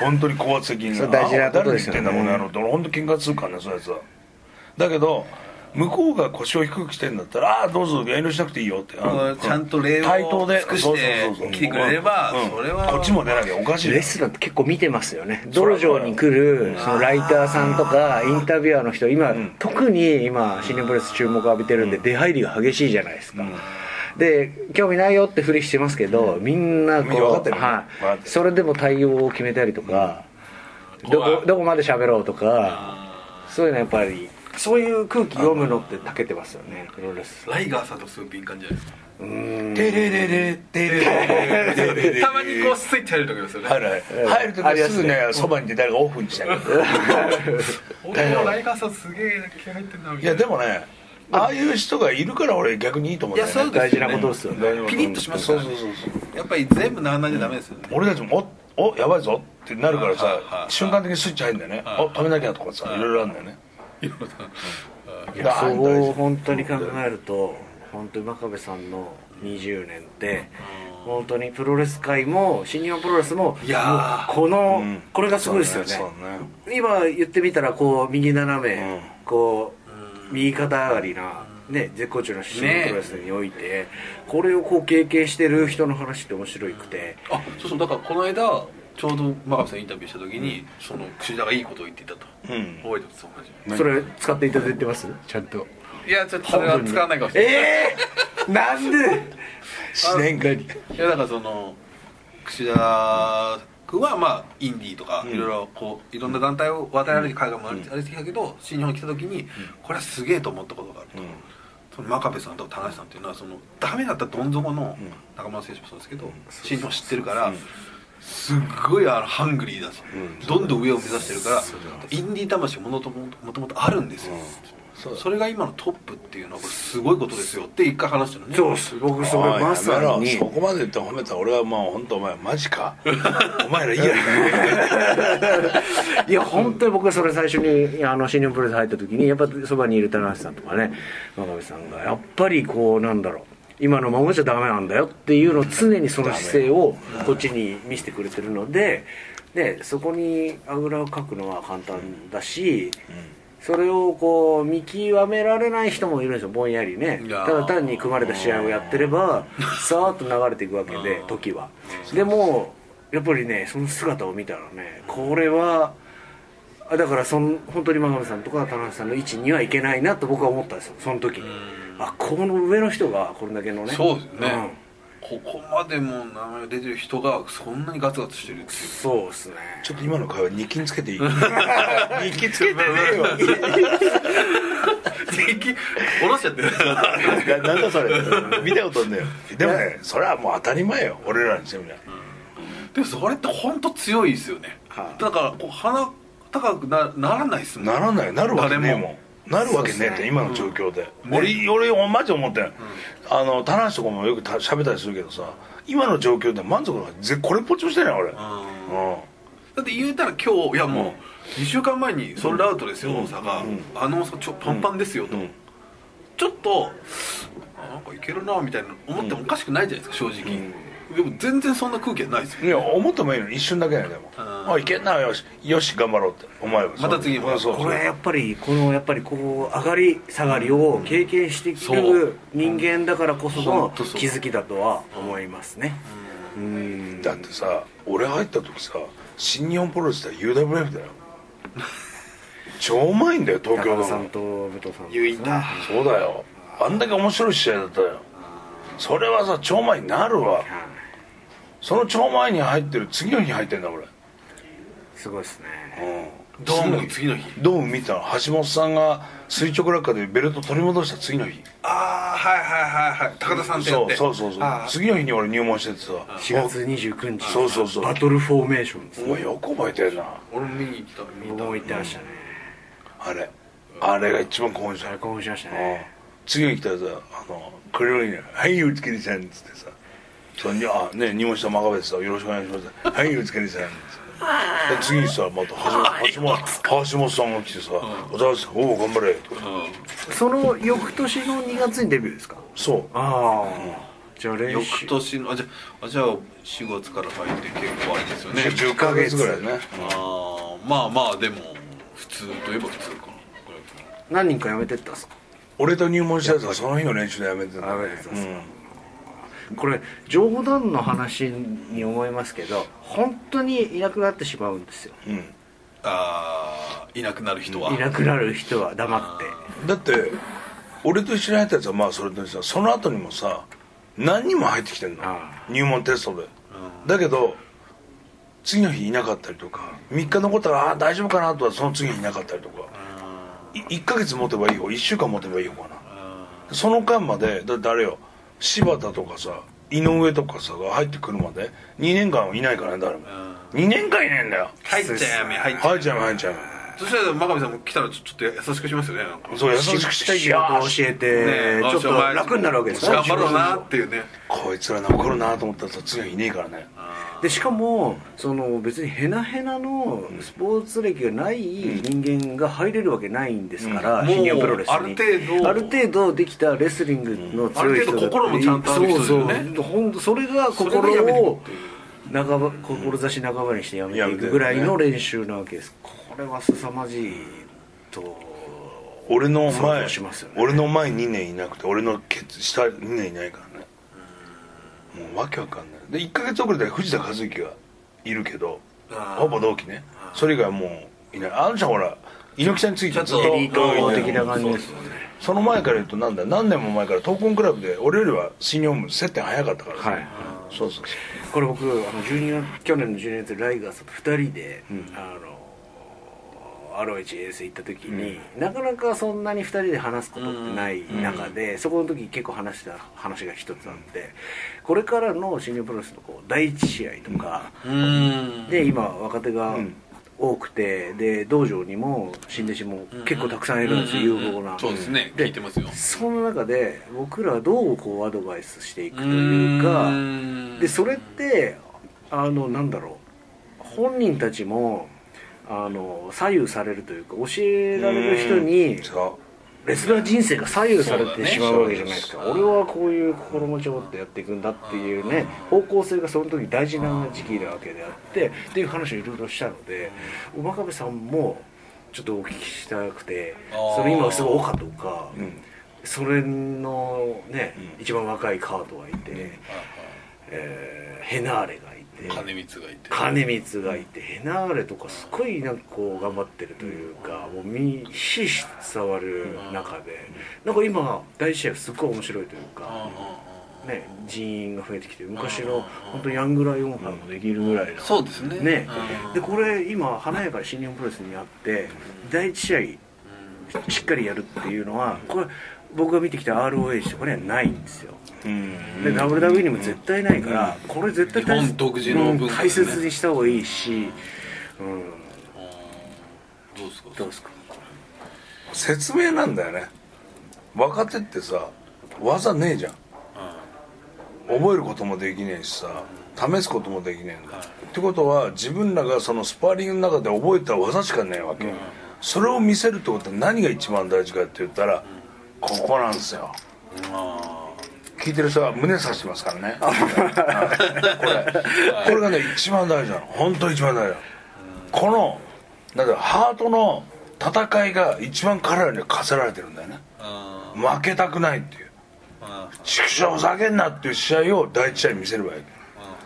Speaker 4: 本当に高圧的に
Speaker 1: それ大事なこと
Speaker 4: あ
Speaker 1: で
Speaker 4: 誰
Speaker 1: す
Speaker 4: に言っ
Speaker 1: よ
Speaker 4: て
Speaker 1: ね
Speaker 4: んだこの野郎って俺本当喧嘩するからねそういうやつはだけど向こうが腰を低くしてんだったらああーどうぞ遠慮しなくていいよって、う
Speaker 3: ちゃんと礼を
Speaker 4: 対等で
Speaker 3: 尽くして来てくれればそれは
Speaker 4: こっちも出なきゃおかしいよ
Speaker 1: レスラーって結構見てますよね道場に来るそのライターさんとかインタビュアーの人今、特に今新日本プロレス注目を浴びてるんで、出入りが激しいじゃないですか、で興味ないよってふりしてますけど、みんなこう
Speaker 4: みんな分かってるね分か
Speaker 1: は
Speaker 4: って
Speaker 1: い、
Speaker 4: る
Speaker 1: それでも対応を決めたりとか、どこどこまで喋ろうとかそういうのやっぱりそういう空気読むのって長けてますよねプロレス
Speaker 3: ライガーさんとかすごい敏感じゃないですか
Speaker 4: テレレレテレレレレ レ
Speaker 3: たまにこうスイッチ入る時ですよね
Speaker 4: 入る入る時はすぐねそばにいて誰かオフにしたけど
Speaker 3: 俺のライカーさんすげえ気合入ってんなみたい
Speaker 4: いやでもねああいう人がいるから俺逆にいいと思うんだよね
Speaker 1: 大事なことですよね
Speaker 3: ピリッとします
Speaker 4: そ
Speaker 3: から
Speaker 4: うそう
Speaker 3: ね
Speaker 4: そうそう
Speaker 3: やっぱり全部なんなんじゃダメですよね
Speaker 4: 俺たちもおおやばいぞってなるから
Speaker 3: はいはいは
Speaker 4: さ
Speaker 3: い
Speaker 4: 瞬間的にスイッチ入るんだよねあ止めなきゃとかさいろいろあるんだよねい
Speaker 1: いやそ
Speaker 4: 大
Speaker 1: こ
Speaker 4: 事
Speaker 1: を本当に考えると本当に真壁さんの20年って本当にプロレス界も新日本プロレスも
Speaker 3: いや
Speaker 1: もうこの、
Speaker 4: うん
Speaker 1: これがすごいですよね
Speaker 4: そうね
Speaker 1: 今言ってみたらこう右斜め、
Speaker 4: うん
Speaker 1: こう右肩上がりな、ね、絶好調の新日本プロレスにおいて、これをこう経験してる人の話って面白くて、
Speaker 3: あそうそうだからこの間ちょうど真壁さんインタビューした時にその串田がいいことを言っていたと
Speaker 4: そうねうん
Speaker 3: 覚えてますその話
Speaker 1: それ使っていただいてますちゃんと
Speaker 3: いやちょっとそれは使わないかもしれない
Speaker 1: ええー、なん で
Speaker 4: 自然界に
Speaker 3: いやだからその櫛田君はまあインディーとかいろいろこういろんな団体を渡り歩き海外も歩いてきたけど新日本に来た時にこれはすげえと思ったことがあると、その真壁さんと田中さんっていうのはそのダメだったどん底の仲間の選手もそうですけど新日本知ってるからすっごいあのハングリーだしどんどん上を目指してるからインディー魂ものとももともとあるんですよ
Speaker 4: そう
Speaker 3: それが今のトップっていうのはこれすごいことですよって一回話したのね
Speaker 1: そうっす僕それまさ
Speaker 4: おい
Speaker 1: に
Speaker 4: やめろそこまで言って褒めたら俺はまあ本当お前マジかお前らいいや
Speaker 1: いや本当に僕がそれ最初にあの新日本プロレス入った時にやっぱそばにいる棚橋さんとかね真壁さんがやっぱりこうなんだろう今のままじゃダメなんだよっていうのを常にその姿勢をこっちに見せてくれてるのででそこにあぐらをかくのは簡単だし、それをこう見極められない人もいるんですよぼんやりね
Speaker 3: いやー
Speaker 1: ただ単に組まれた試合をやってれば さーっと流れていくわけで時はでもやっぱりねその姿を見たらねこれはあだからその本当に真壁さんとか田中さんの位置にはいけないなと僕は思ったんですよその時にあこの上の人がこれだけのね
Speaker 3: そうですよね、
Speaker 1: ん
Speaker 3: ここまでもう名前が出てる人がそんなにガツガツしてるって いう
Speaker 1: そうですね
Speaker 4: ちょっと今の会話日記につけていい日記つけてねえよ
Speaker 3: 下ろしちゃってる
Speaker 4: ななんだそれ見たことねえよでもねそれはもう当たり前よ俺らにしてみりゃ
Speaker 3: でもそれって本当強いですよね、
Speaker 1: は
Speaker 3: だからこう鼻高くなならないですもん
Speaker 4: ならないなるわけねえ
Speaker 3: 誰
Speaker 4: も
Speaker 3: も
Speaker 4: んなるわけねえって今の状況で、俺俺マジ思ってん、あの田中とかもよくた喋ったりするけどさ今の状況で満足なんかぜこれっぽっちもしてない俺うん
Speaker 3: だって言うたら今日いやもう2週間前にソールドアウトですよ、大阪、あの大阪ちょパンパンですよと、
Speaker 4: うん
Speaker 3: ちょっとあなんかいけるなみたいな思ってもおかしくないじゃないですか正直、でも全然そんな空気はないですよ
Speaker 4: いや思ってもいいのに一瞬だけやねでも
Speaker 3: うん
Speaker 4: あいけんなよしよし頑張ろうって思えば
Speaker 3: また次
Speaker 4: そうそうそう
Speaker 1: これやっぱりこのやっぱりこう上がり下がりを経験してき
Speaker 3: そ
Speaker 1: る
Speaker 3: う
Speaker 1: 人間だからこそ
Speaker 3: ほ
Speaker 1: の
Speaker 3: んとそう
Speaker 1: 気づきだとは思いますねうん
Speaker 4: だってさ俺入った時さ新日本プロレスだ UWF だよ超うまいんだよ東京
Speaker 1: 高
Speaker 4: の
Speaker 1: 田さんと武藤さん
Speaker 3: 言いた
Speaker 4: そうだよあんだけ面白い試合だったよそれはさ超前になるわ
Speaker 1: はい
Speaker 4: その超前に入ってる次の日に入ってんだ俺
Speaker 1: すごいですね
Speaker 4: うん
Speaker 3: ドームの次の日
Speaker 4: ドーム見てたの橋本さんが垂直落下でベルト取り戻した次の日
Speaker 3: ああはいはいはいはい高田さんってや
Speaker 4: そ
Speaker 3: っ
Speaker 4: う
Speaker 3: て
Speaker 4: そうそうそう
Speaker 3: あー
Speaker 4: 次の日に俺入門しててさ
Speaker 1: 4月29日
Speaker 4: そうそうそう
Speaker 1: バトルフォーメーションです
Speaker 4: お前よく覚えてるな
Speaker 3: 俺も見に行った見に行っ
Speaker 1: 僕
Speaker 3: た
Speaker 1: も行ってましたね
Speaker 4: あれあれが一番興奮した
Speaker 1: 大興奮しました
Speaker 4: うん
Speaker 1: ね
Speaker 4: 次に来たらさあの黒いね「はい打ち切りさん」っつってさ「そうにあね入門した真壁ですよろしくお願いします」「はい打ち切りさん」っつってで次にさまた橋本橋本橋本さんが来てさ「おざすおお頑張れ」とか
Speaker 1: その翌年の2月にデビューですか
Speaker 4: そ
Speaker 1: ああじゃあ練習
Speaker 3: 翌年のあじゃあじゃあ4月から入って結構あれですよ
Speaker 4: う
Speaker 3: ね
Speaker 4: 10ヶ月ぐらいね
Speaker 3: あーまあまあでも普通といえば普通かな
Speaker 1: 何人か辞めてったんですか
Speaker 4: 俺と入門したやつがその日の練習でやめてたんだ
Speaker 1: や
Speaker 4: ね
Speaker 1: めてたん
Speaker 4: う
Speaker 1: です
Speaker 4: ん
Speaker 1: これ冗談の話に思いますけど本当にいなくなってしまうんですよ
Speaker 4: うん
Speaker 3: ああいなくなる人はい
Speaker 1: なくなる人は黙って
Speaker 4: だって俺と一緒に入ったやつはまあそれとさその後にもさ何人も入ってきてんの
Speaker 1: あ
Speaker 4: 入門テストでだけど次の日いなかったりとか3日残ったらああー大丈夫かなとはその次の日いなかったりとか1ヶ月持てばいい方1週間持てばいい方かなその間までだってあれよ柴田とかさ井上とかさが入ってくるまで2年間はいないからね誰も2年間いないんだよ
Speaker 3: 入っちゃやめ入っちゃ
Speaker 4: 入っちゃう入っちゃう
Speaker 3: そしたら真壁さんも来たらちょちょっと優しくしますよねなんか
Speaker 4: そう優しくして
Speaker 1: 仕事を教えて、
Speaker 3: ね
Speaker 1: ちょっと楽になるわけですね
Speaker 3: 頑張ろうなっていうね
Speaker 4: こいつら残るなと思ったら次はいねえからね
Speaker 1: でしかもその別にヘナヘナのスポーツ歴がない人間が入れるわけないんですから、
Speaker 3: うん
Speaker 1: シニアプロレスに
Speaker 3: もうある程度
Speaker 1: ある程度できたレスリングの強い人だったり
Speaker 3: ある程度心もちゃんとある人ですよね
Speaker 1: そうそうほんとそれが心を半ば志半ばにしてやめていくぐらいの練習なわけです、これは凄まじいと
Speaker 4: 俺の
Speaker 1: 想
Speaker 4: 前
Speaker 1: 像しますよね
Speaker 4: 俺の前2年いなくて俺のケツ下2年いないからねもうわけわかんないで1ヶ月遅れで藤田和之がいるけど
Speaker 3: あー
Speaker 4: ほぼ同期ねそれ以外はもういないあの人はほら猪木さんについてずっと
Speaker 3: ちょっと
Speaker 1: エリート的な感じですよね
Speaker 4: その前から言うとなんだ何年も前から闘魂クラブで俺よりは新日本部接点早かったからさ
Speaker 1: はい
Speaker 4: そうそうそう
Speaker 1: これ僕あの12月去年の12月ライガーさんと2人で、あの ROH 遠征行った時に、なかなかそんなに2人で話すことってない中で、そこの時結構話した話が一つあって、これからの新日本プロレスのこう第一試合とか、
Speaker 3: うん
Speaker 1: で今若手が多くて、で道場にも新弟子も結構たくさんいるんですよ、有望な。
Speaker 3: そうですね聞いてますよ
Speaker 1: その中で僕らはどうこうアドバイスしていくというかでそれってあのなんだろう本人たちもあの左右されるというか教えられる人に
Speaker 4: そ
Speaker 1: レスラー人生が左右され
Speaker 3: そうだ
Speaker 1: て
Speaker 3: ね
Speaker 1: しまうわけじゃないですか俺はこういう心持ちを持ってやっていくんだっていうね方向性がその時大事な時期なわけであってっていう話をいろいろしたので真壁さんもちょっとお聞きしたくて
Speaker 3: あー
Speaker 1: それ今すごい岡とか、それのね、一番若いカートがいて、えーヘナーレがいて
Speaker 3: 金光がいて
Speaker 1: 金光がいてヘナーレとかすごいなんかこう頑張ってるというか、もうみひしひし伝わる中で、なんか今第一試合すっごい面白いというか、ね、人員が増えてきて昔の本当ヤングライオンハイもできるぐらいの、
Speaker 3: そうですね
Speaker 1: ね、でこれ今華やかに新日本プロレスにあって第一試合しっかりやるっていうのはこれ僕が見てきた ROH とかにはないんですよ
Speaker 4: ううん
Speaker 1: で WWE にも絶対ないからこれ絶対大
Speaker 3: 日本独自の文化ですね
Speaker 1: 大切にした方がいいし、うん、
Speaker 3: どうですか
Speaker 1: どうですか
Speaker 4: 説明なんだよね若手ってさ技ねえじゃん、覚えることもできねえしさ試すこともできねえんだ、ってことは自分らがそのスパーリングの中で覚えた技しかねえわけ、それを見せるってことは何が一番大事かって言ったら、ここなんですよ、聞いてる人は胸刺してます からねこれこれがね一番大事なの本当一番大事なのこのなんだろうハートの戦いが一番彼らには課せられてるんだよね
Speaker 3: あ
Speaker 4: 負けたくないっていう
Speaker 3: あ
Speaker 4: 畜生ふざけんなっていう試合を第一試合に見せればいい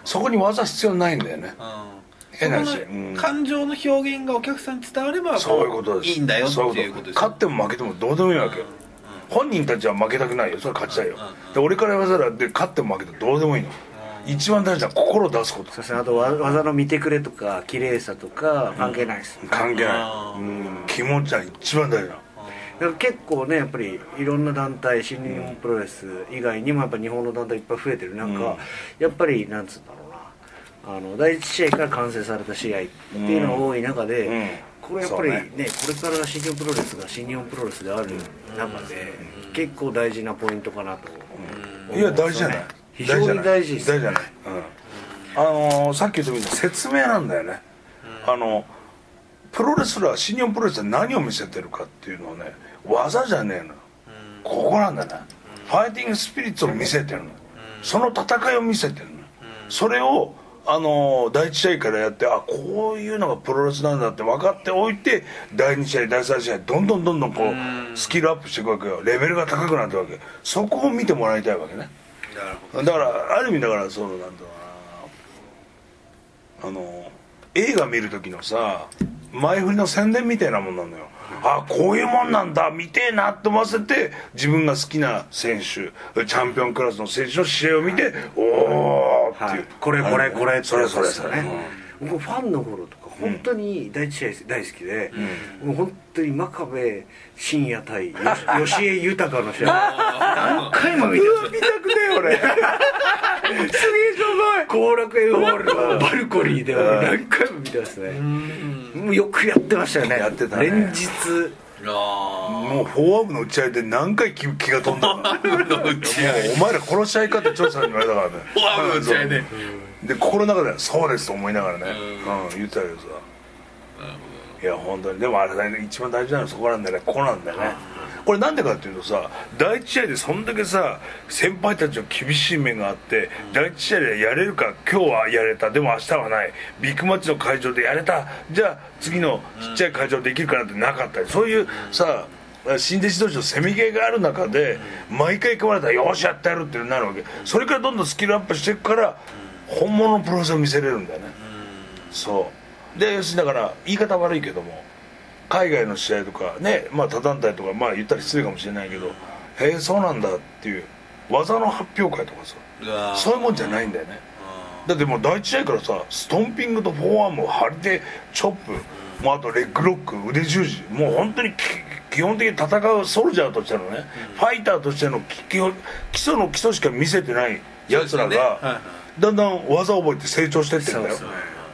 Speaker 4: そこに技必要ないんだよね
Speaker 3: あ
Speaker 4: 変な話、うん
Speaker 3: 感情の表現がお客さんに伝われば
Speaker 4: そういうことです
Speaker 3: いいんだよって
Speaker 4: そ
Speaker 3: いうことです
Speaker 4: 勝っても負けてもどうでもいいわけよ本人たちは負けたくないよそれは勝ちたいよで俺から言わせたらで勝っても負けてもどうでもいいの一番大事な心を出すこと
Speaker 1: そうですねあとわ技の見てくれとか綺麗さとか関係ないです、
Speaker 4: 関係ないうん気持ちは一番大事なの
Speaker 1: だから結構ねやっぱりいろんな団体新日本プロレス以外にもやっぱ日本の団体いっぱい増えてる中、やっぱりなんつうんだろうなあの第一試合から完成された試合っていうのが多い中で、
Speaker 4: ん
Speaker 1: これやっぱりねこれから新日本プロレスが新日本プロレスである中で、結構大事なポイントかなと、
Speaker 4: いや大事じゃない
Speaker 1: 非常に大事です
Speaker 4: 大事じゃないうんあのーさっき言ったみたいに説明なんだよねあのプロレスラー新日本プロレスで何を見せてるかっていうのはね技じゃねえのよここなんだねファイティングスピリッツを見せてるのその戦いを見せてるのそれをあのー第一試合からやってあこういうのがプロレスなんだって分かっておいて第二試合第三試合どんどんどんどんこうスキルアップしていくわけよレベルが高くなってるわけそこを見てもらいたいわけね
Speaker 3: なるほ
Speaker 4: だからある意味だからそのなんだろうなあの映画見る時のさ前振りの宣伝みたいなもんなのよあこういうもんなんだ見てえなって思わせて自分が好きな選手チャンピオンクラスの選手の試合を見て、おおっていう、
Speaker 1: はいこれこれこれ
Speaker 4: それそれそ
Speaker 1: っ
Speaker 4: れ、
Speaker 1: てことですよね僕ファンの頃とか本当に第一試合大好きで、もう本当に真壁深夜対よ し吉江豊の試合何回も見てた見たくね俺すげえすごい後楽園ホールのバルコニーで俺何回も見てますねもうよくやってましたよね
Speaker 4: やってたね
Speaker 1: 連日
Speaker 3: あ
Speaker 4: もうフォアームの打ち合いで何回気気が飛んだのお前ら殺し合いかって調査に言われたからね
Speaker 3: フォアームの打ち合いで
Speaker 4: うんで心の中ではそうですと思いながらね、うん言ってたけどさいや本当にでもあれだね一番大事なのはそこなんだよねここなんだよねこれなんでかっていうとさ第一試合でそんだけさ先輩たちの厳しい面があって第一試合でやれるか今日はやれたでも明日はないビッグマッチの会場でやれたじゃあ次のちっちゃい会場できるかなってなかったりそういうさ新弟子同士のせめぎ合いがある中で毎回組まれたらよしやってやるってなるわけそれからどんどんスキルアップしていくから本物のプロレスを見せれるんだよねそうで要するにだから言い方悪いけども海外の試合とかねまあ他団体とかまあ言ったら失礼かもしれないけどへえそうなんだっていう技の発表会とかさ
Speaker 3: あ
Speaker 4: そういうもんじゃないんだよねだってもう第一試合からさストンピングとフォアアームを張り手チョップもうあとレッグロック腕十字もう本当にき基本的に戦うソルジャーとしてのね、ファイターとしてのき基本基礎の基礎しか見せてないやつらが、だんだん技を覚えて成長してってんだよ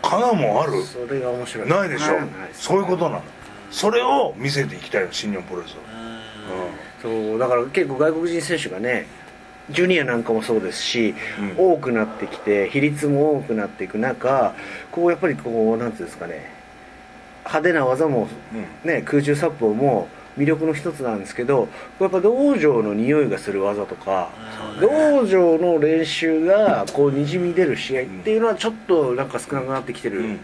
Speaker 4: かなもんある
Speaker 1: それが面白い
Speaker 4: ないでしょ、
Speaker 1: です
Speaker 4: そういうことなのそれを見せていきたいの新日本プロレスを
Speaker 1: そうだから結構外国人選手がねジュニアなんかもそうですし、多くなってきて比率も多くなっていく中こうやっぱりこうなんていうんですかね派手な技も、ね、空中殺法も魅力の一つなんですけどやっぱ道場の匂いがする技とか、道場の練習がこうにじみ出る試合っていうのはちょっとなんか少なくなってきてる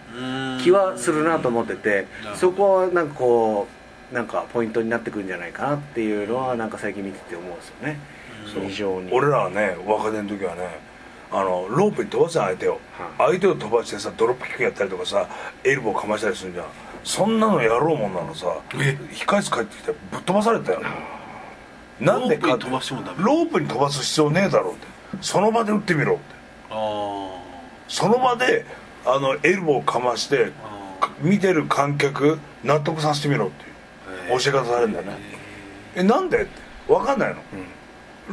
Speaker 1: 気はするなと思っててそこはなんかこうなんかポイントになってくるんじゃないかなっていうのはなんか最近見てて思うんですよね非常に
Speaker 4: 俺らはね若手の時はねあのロープに飛ばせ相手を、相手を飛ばしてさドロップキックやったりとかさエルボーかましたりするじゃんそんなのやろうもんなのさ控室帰ってきてぶっ飛ばされたよなんでか
Speaker 3: ロープに飛ばしてもダメ
Speaker 4: ロープに飛ばす必要ねえだろうってその場で打ってみろって
Speaker 3: あ
Speaker 4: その場であのエルボーかましてか見てる観客納得させてみろっていう教え方されるんだよねえなんでって分かんないの、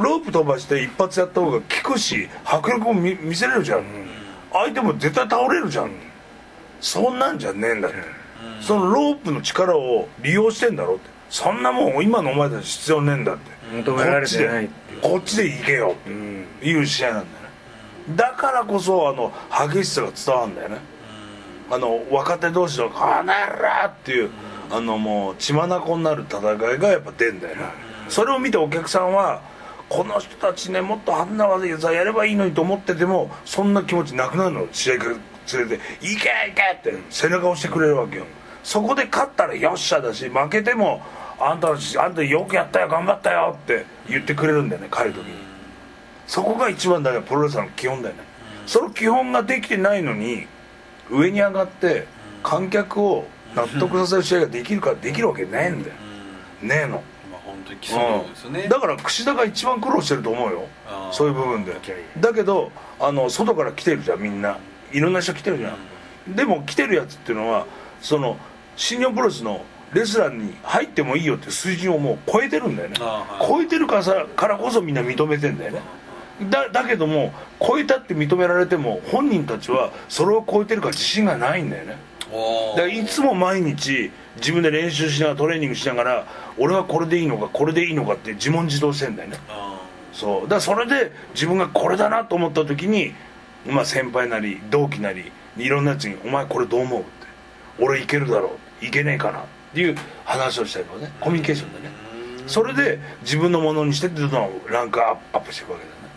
Speaker 4: ロープ飛ばして一発やった方が効くし迫力も見見せれるじゃん、相手も絶対倒れるじゃん、そんなんじゃねえんだって、そのロープの力を利用してんだろってそんなもん今のお前たち必要ねえんだって
Speaker 1: 求められてないって
Speaker 4: こっちでこっちで行けよっていう試合なんだよね、だからこそあの激しさが伝わるんだよね、あの若手同士の「こなら!」っていうあのもう血眼になる戦いがやっぱ出んだよね、それを見てお客さんはこの人たちねもっと派手な技ややればいいのにと思っててもそんな気持ちなくなるの試合から連れて「いけいけ!」って背中を押してくれるわけよそこで勝ったら「よっしゃ」だし負けても「あんたたちあんたよくやったよ頑張ったよ」って言ってくれるんだよね帰る時にそこが一番だよプロレスラーの基本だよねその基本ができてないのに上に上がって観客を納得させる試合ができるかできるわけないんだよねえの
Speaker 3: まあ本当に基礎のですよね
Speaker 4: だから櫛田が一番苦労してると思うよ
Speaker 3: あー
Speaker 4: そういう部分でだけどあの外から来てるじゃんみんないろんな人来てるじゃん、でも来てるやつっていうのはその新日本プロレスのレスラーに入ってもいいよっていう水準をもう超えてるんだよね、
Speaker 3: あーは
Speaker 4: 超えてるからさからこそみんな認めてんだよねだだけども超えたって認められても本人たちはそれを超えてるから自信がないんだよね
Speaker 3: お
Speaker 4: だからいつも毎日自分で練習しながらトレーニングしながら俺はこれでいいのかこれでいいのかって自問自答してんだよねそうだからそれで自分がこれだなと思った時に、まあ、先輩なり同期なりいろんなやつに「お前これどう思う?」って「俺いけるだろういけねえかな」っていう話をしたりとかねコミュニケーションでねそれで自分のものにしてってどんどんランクアップしていくわけだよね、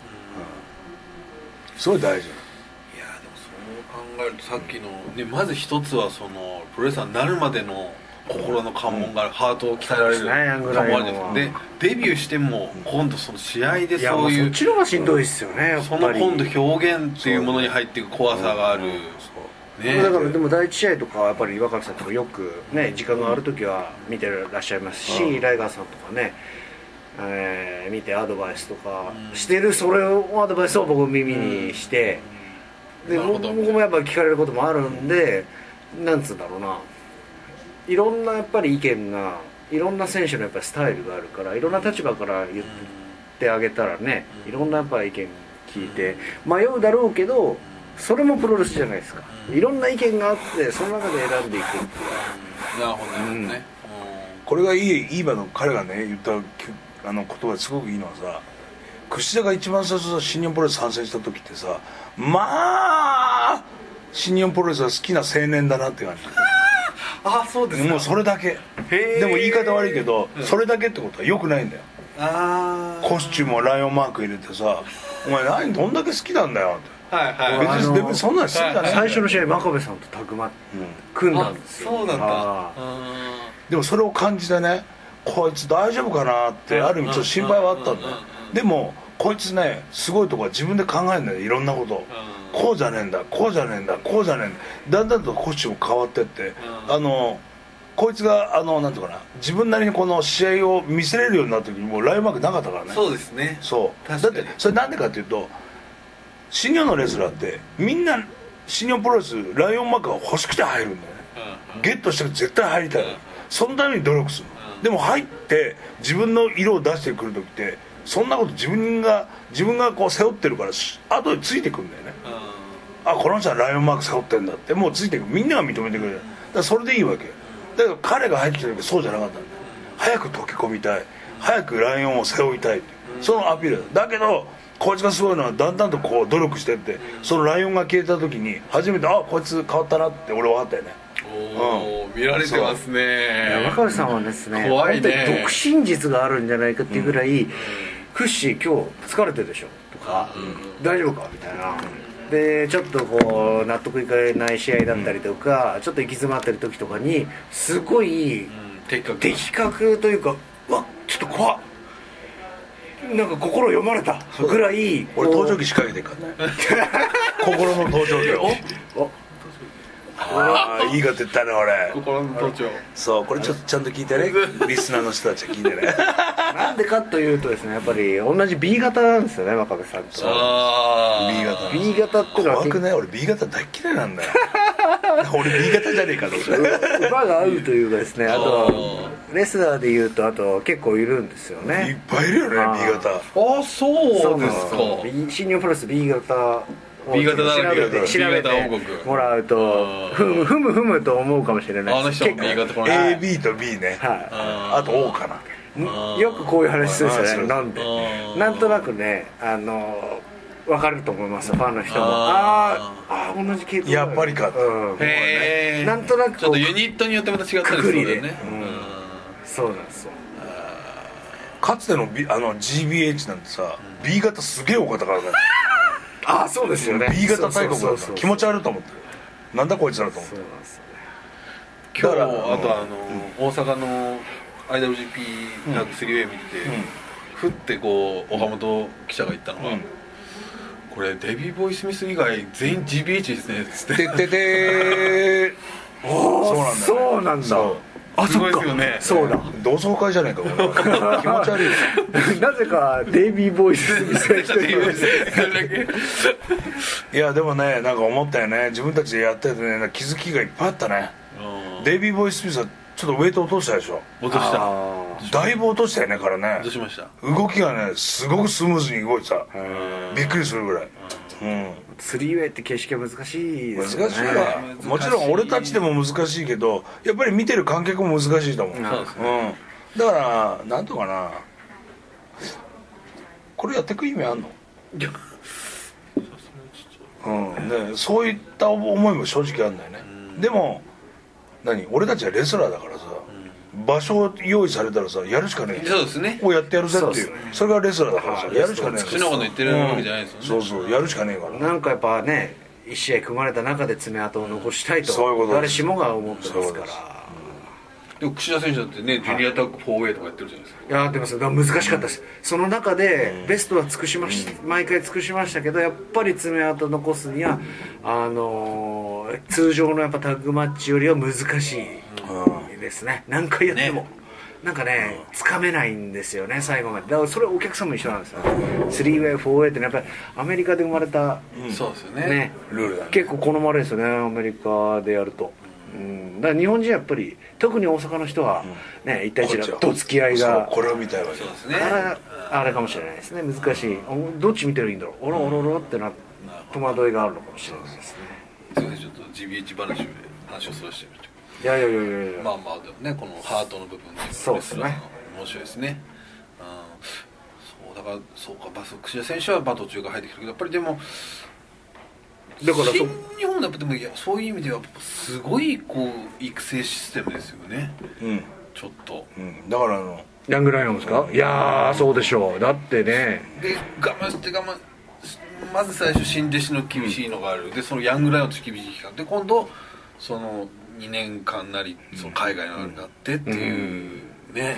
Speaker 4: うん、すごい大事
Speaker 3: いやでもそう考えるとさっきの、ね、まず一つはそのプロレスラーになるまでの心の関門がある、ハートを鍛えられる
Speaker 1: そうですねヤン
Speaker 3: 関
Speaker 1: グ
Speaker 3: 門
Speaker 1: ラ
Speaker 3: が
Speaker 1: イオン
Speaker 3: あ
Speaker 1: は
Speaker 3: るじゃないですかでデビューしても今度その試合で
Speaker 1: いや
Speaker 3: そ
Speaker 1: も
Speaker 3: う
Speaker 1: う
Speaker 3: い
Speaker 1: そうっちの方がしんどいっすよねやっぱ
Speaker 3: その
Speaker 1: り
Speaker 3: 今度表現っていうものに入っていく怖さがある、ね
Speaker 1: だからでも第一試合とかはやっぱり若菜さんとかよくね時間がある時は見てらっしゃいますし、ライガーさんとかね、えー見てアドバイスとかしてるそれをアドバイスを僕耳にして、で
Speaker 3: なるほ
Speaker 1: 僕
Speaker 3: ど
Speaker 1: もやっぱ聞かれることもあるんで、なんつうんだろうないろんなやっぱり意見がいろんな選手のやっぱスタイルがあるからいろんな立場から言ってあげたらねいろんなやっぱ意見聞いて迷うだろうけどそれもプロレスじゃないですかいろんな意見があってその中で選んでいく
Speaker 3: なるほどなるほどね、
Speaker 4: これがいい今の彼がね言ったきあの言葉ですごくいいのはさ櫛田が一番最初さ新日本プロレス参戦した時ってさまあ新日本プロレスが好きな青年だなって感
Speaker 3: ああそうで
Speaker 4: じ
Speaker 3: すか
Speaker 4: もうそれだけでも言い方悪いけど、それだけってことはよくないんだよ
Speaker 3: あ
Speaker 4: コスチュームをライオンマーク入れてさ「お前何どんだけ好きなんだよ」って
Speaker 3: あはいはい
Speaker 1: あ
Speaker 4: 別
Speaker 1: の
Speaker 4: に別にそんなの好きじゃないんだよ
Speaker 1: 最初の試合真壁さんとタグマ組んだんですよ
Speaker 3: あそうなんだ
Speaker 1: あー
Speaker 3: あ
Speaker 4: でもそれを感じてねこいつ大丈夫かなってある意味ちょっと心配はあったんだ
Speaker 3: うんうん
Speaker 4: よ
Speaker 3: うんうん
Speaker 4: でもこいつねすごいとこは自分で考えるんだよいろんなことを
Speaker 3: うん
Speaker 4: こうじゃねえんだこうじゃねえんだこうじゃねえんだだんだんとコスチューム変わってって
Speaker 3: うん
Speaker 4: あのこいつがあのなんていうかな自分なりにこの試合を見せれるようになった時にもうラインマークなかったからね
Speaker 3: そうですね
Speaker 4: そうだっ
Speaker 3: 確か
Speaker 4: て
Speaker 3: に
Speaker 4: それなんでかっていうと新日本のレスラーってみんな新日本プロレスライオンマークが欲しくて入るんだよね
Speaker 3: うん
Speaker 4: ゲットしたら絶対入りたい、
Speaker 3: うん
Speaker 4: そのために努力する、
Speaker 3: うん
Speaker 4: でも入って自分の色を出してくる時ってそんなこと自分が自分がこう背負ってるからし後でついてくるんだよねあこの人はライオンマーク背負ってんだってもうついてくるみんなが認めてくれるだからそれでいいわけだけど彼が入ってきた時はそうじゃなかったんだよ早く溶け込みたい早くライオンを背負いたいってそのアピールだだけどこいつがすごいのはだんだんとこう努力してってそのライオンが消えた時に初めてあこいつ変わったなって俺は分かったよね
Speaker 3: うんおお見られてます
Speaker 1: いや
Speaker 3: ね
Speaker 1: 若林さんはですね
Speaker 3: 怖いね
Speaker 1: 本当に独身術があるんじゃないかっていうぐらい「クッシー今日疲れてるでしょ」とか「大丈夫か?」みたいな。でちょっとこう納得いかない試合だったりとか、ちょっと行き詰まってる時とかにすごい
Speaker 3: うん的確
Speaker 1: 的確というかうわちょっと怖っなんか心読まれたぐらい
Speaker 4: 俺
Speaker 1: こう
Speaker 4: 登場機仕掛けてっからね 心の登場機を
Speaker 1: お
Speaker 4: ああいいこと言ったね俺
Speaker 3: 心の都庁
Speaker 4: そうこれちょっとちゃんと聞いてねリスナーの人たちは聞いて ね
Speaker 1: なんでかというとですねやっぱり同じ B 型なんですよね若部さんと
Speaker 3: あ
Speaker 4: B 型
Speaker 1: B 型っていうのは
Speaker 4: 怖くない俺 B 型大っ嫌いなん だよ俺 B 型じゃねえかと思って
Speaker 1: 馬が合うというかですねあと
Speaker 3: あ
Speaker 1: はレスラーでいうとあと結構いるんですよ
Speaker 4: いっ
Speaker 1: ね
Speaker 4: ぱいいるよね
Speaker 1: あー
Speaker 4: B 型
Speaker 3: ああそうですか
Speaker 1: その B- 新日本プロレス B 型を
Speaker 3: B 型だ
Speaker 1: 調べて
Speaker 3: B
Speaker 1: 調べ
Speaker 3: 型王
Speaker 1: て
Speaker 3: 国
Speaker 1: もらうとふむふむふむと思うかもしれない
Speaker 3: あの人も B 型この
Speaker 4: AB と B ね
Speaker 1: は
Speaker 4: あと O かない
Speaker 1: んよくこういう話するんですよ
Speaker 4: あー
Speaker 1: ねなんで
Speaker 3: あー
Speaker 1: なんとなくねあの分かると思いますファンの人もあ
Speaker 3: あ
Speaker 1: ーあー同じ系統
Speaker 4: やっぱりかと
Speaker 1: うん
Speaker 3: へえ
Speaker 1: なんとなくこう
Speaker 3: ちょっとユニットによってまた違ったりするんだ
Speaker 1: くくり
Speaker 3: よね
Speaker 1: で
Speaker 3: うん
Speaker 1: そうなんですよ
Speaker 4: かつての,、B、あの GBH なんてさ B 型すげえ多かったからね
Speaker 1: ああそうですよね
Speaker 4: B 型大国だ
Speaker 1: そうそう
Speaker 4: った
Speaker 1: そう
Speaker 4: の気持ち悪いと思ってなんだこいつらと思って
Speaker 1: そうなんですよ
Speaker 3: 今
Speaker 4: だ
Speaker 3: 日
Speaker 4: から
Speaker 3: あとあの大阪の IWGP ラグスリーウェイ見てふってこう岡本記者が言ったのがこれデビー・ボーイ・スミス以外全員 GBH ですねっつって
Speaker 4: てってて
Speaker 1: あ
Speaker 4: ーそ
Speaker 1: そう
Speaker 4: う
Speaker 1: な
Speaker 4: なんん
Speaker 1: だ
Speaker 4: だ
Speaker 1: あ
Speaker 3: す
Speaker 1: そ
Speaker 3: ご
Speaker 1: っ
Speaker 3: いですよ
Speaker 1: か
Speaker 3: ね
Speaker 1: そうだ
Speaker 4: 同窓会じゃねえかこれは気持ち悪いよ
Speaker 1: なぜかデイビーボーイ ズみたいな 人に
Speaker 4: いやでもねなんか思ったよね自分たちでやっててねなんか気づきがいっぱいあったねデイビー・ボーイ・スピースはちょっとウェイト落としたでしょ
Speaker 3: 落とした落
Speaker 4: だいぶ落としたよねからね
Speaker 3: としました
Speaker 4: 動きがねすごくスムーズに動いてたびっくりするぐらいうん
Speaker 1: スリーウェイって形式は難しいで
Speaker 4: 難し
Speaker 1: す
Speaker 4: い
Speaker 1: よ
Speaker 4: わ
Speaker 1: ね
Speaker 4: もちろん俺たちでも難しいけどやっぱり見てる観客も難しいと思ううん
Speaker 3: そうです
Speaker 4: だからなんとかなこれやってく意味あんのうんねそういった思いも正直あるんだよねでも何俺たちはレスラーだからさ場所を用意されたらさやるしかねえ
Speaker 3: そうですね
Speaker 4: こうやってやるぜって
Speaker 1: そう
Speaker 4: い
Speaker 1: で
Speaker 4: うそれがレスラーだからさ
Speaker 1: はい
Speaker 4: やるしかねえ
Speaker 3: 口のこと言ってるわけじゃないですよね
Speaker 4: うんそうそうやるしかねえから
Speaker 1: なんかやっぱね一試合組まれた中で爪痕を残したいと
Speaker 4: そういうことです
Speaker 1: 誰しもが思ってます
Speaker 4: そういうこと
Speaker 1: か
Speaker 4: です
Speaker 1: ら
Speaker 3: でも櫛田選手だってねジュニアタッグ 4A とかやってるじゃないですか
Speaker 1: いやでもそれ難しかったですその中でベストは尽くしまし、毎回尽くしましたけどやっぱり爪痕残すにはあのー通常のやっぱタッグマッチよりは難しいですね何回やっても、なんかねつかめないんですよね最後までだからそれお客さんも一緒なんですよ 3way4way ってねやっぱりアメリカで生まれた
Speaker 3: そうですよね
Speaker 1: ね
Speaker 4: ルールだね
Speaker 1: 結構好まれるんですよねアメリカでやると、うん、だから日本人はやっぱり特に大阪の人は、ね一対一
Speaker 4: こっちは
Speaker 1: のと付き合いが
Speaker 4: そうこれを見たいわけ
Speaker 3: そうです
Speaker 1: あ
Speaker 3: ね
Speaker 1: れあれかもしれないですね難しいおどっち見てるいいんだろうおろおろおろってな戸惑いがあるのかもしれないですね
Speaker 3: すいませんちょっと GBH 話で話をそらしてみて
Speaker 1: いやいやいやいやいや、
Speaker 3: まあまあでもねこのハートの部分で
Speaker 1: そうですね
Speaker 3: レスラーの面白いですね、うん、そうだからそうかバス櫛田選手はまあ途中から入ってきたけどやっぱりでも
Speaker 1: だからそ
Speaker 3: 新日本のやっぱでもいやそういう意味ではすごいこう育成システムですよね
Speaker 4: うん、
Speaker 3: ちょっと
Speaker 4: うん、だからあの
Speaker 1: ヤングライオンですかいやーそうでしょうだってね
Speaker 3: で我慢して我慢しまず最初新弟子の厳しいのがある、でそのヤングライオンと厳しい期間で今度その2年間なりその海外のあれになってっていう、ね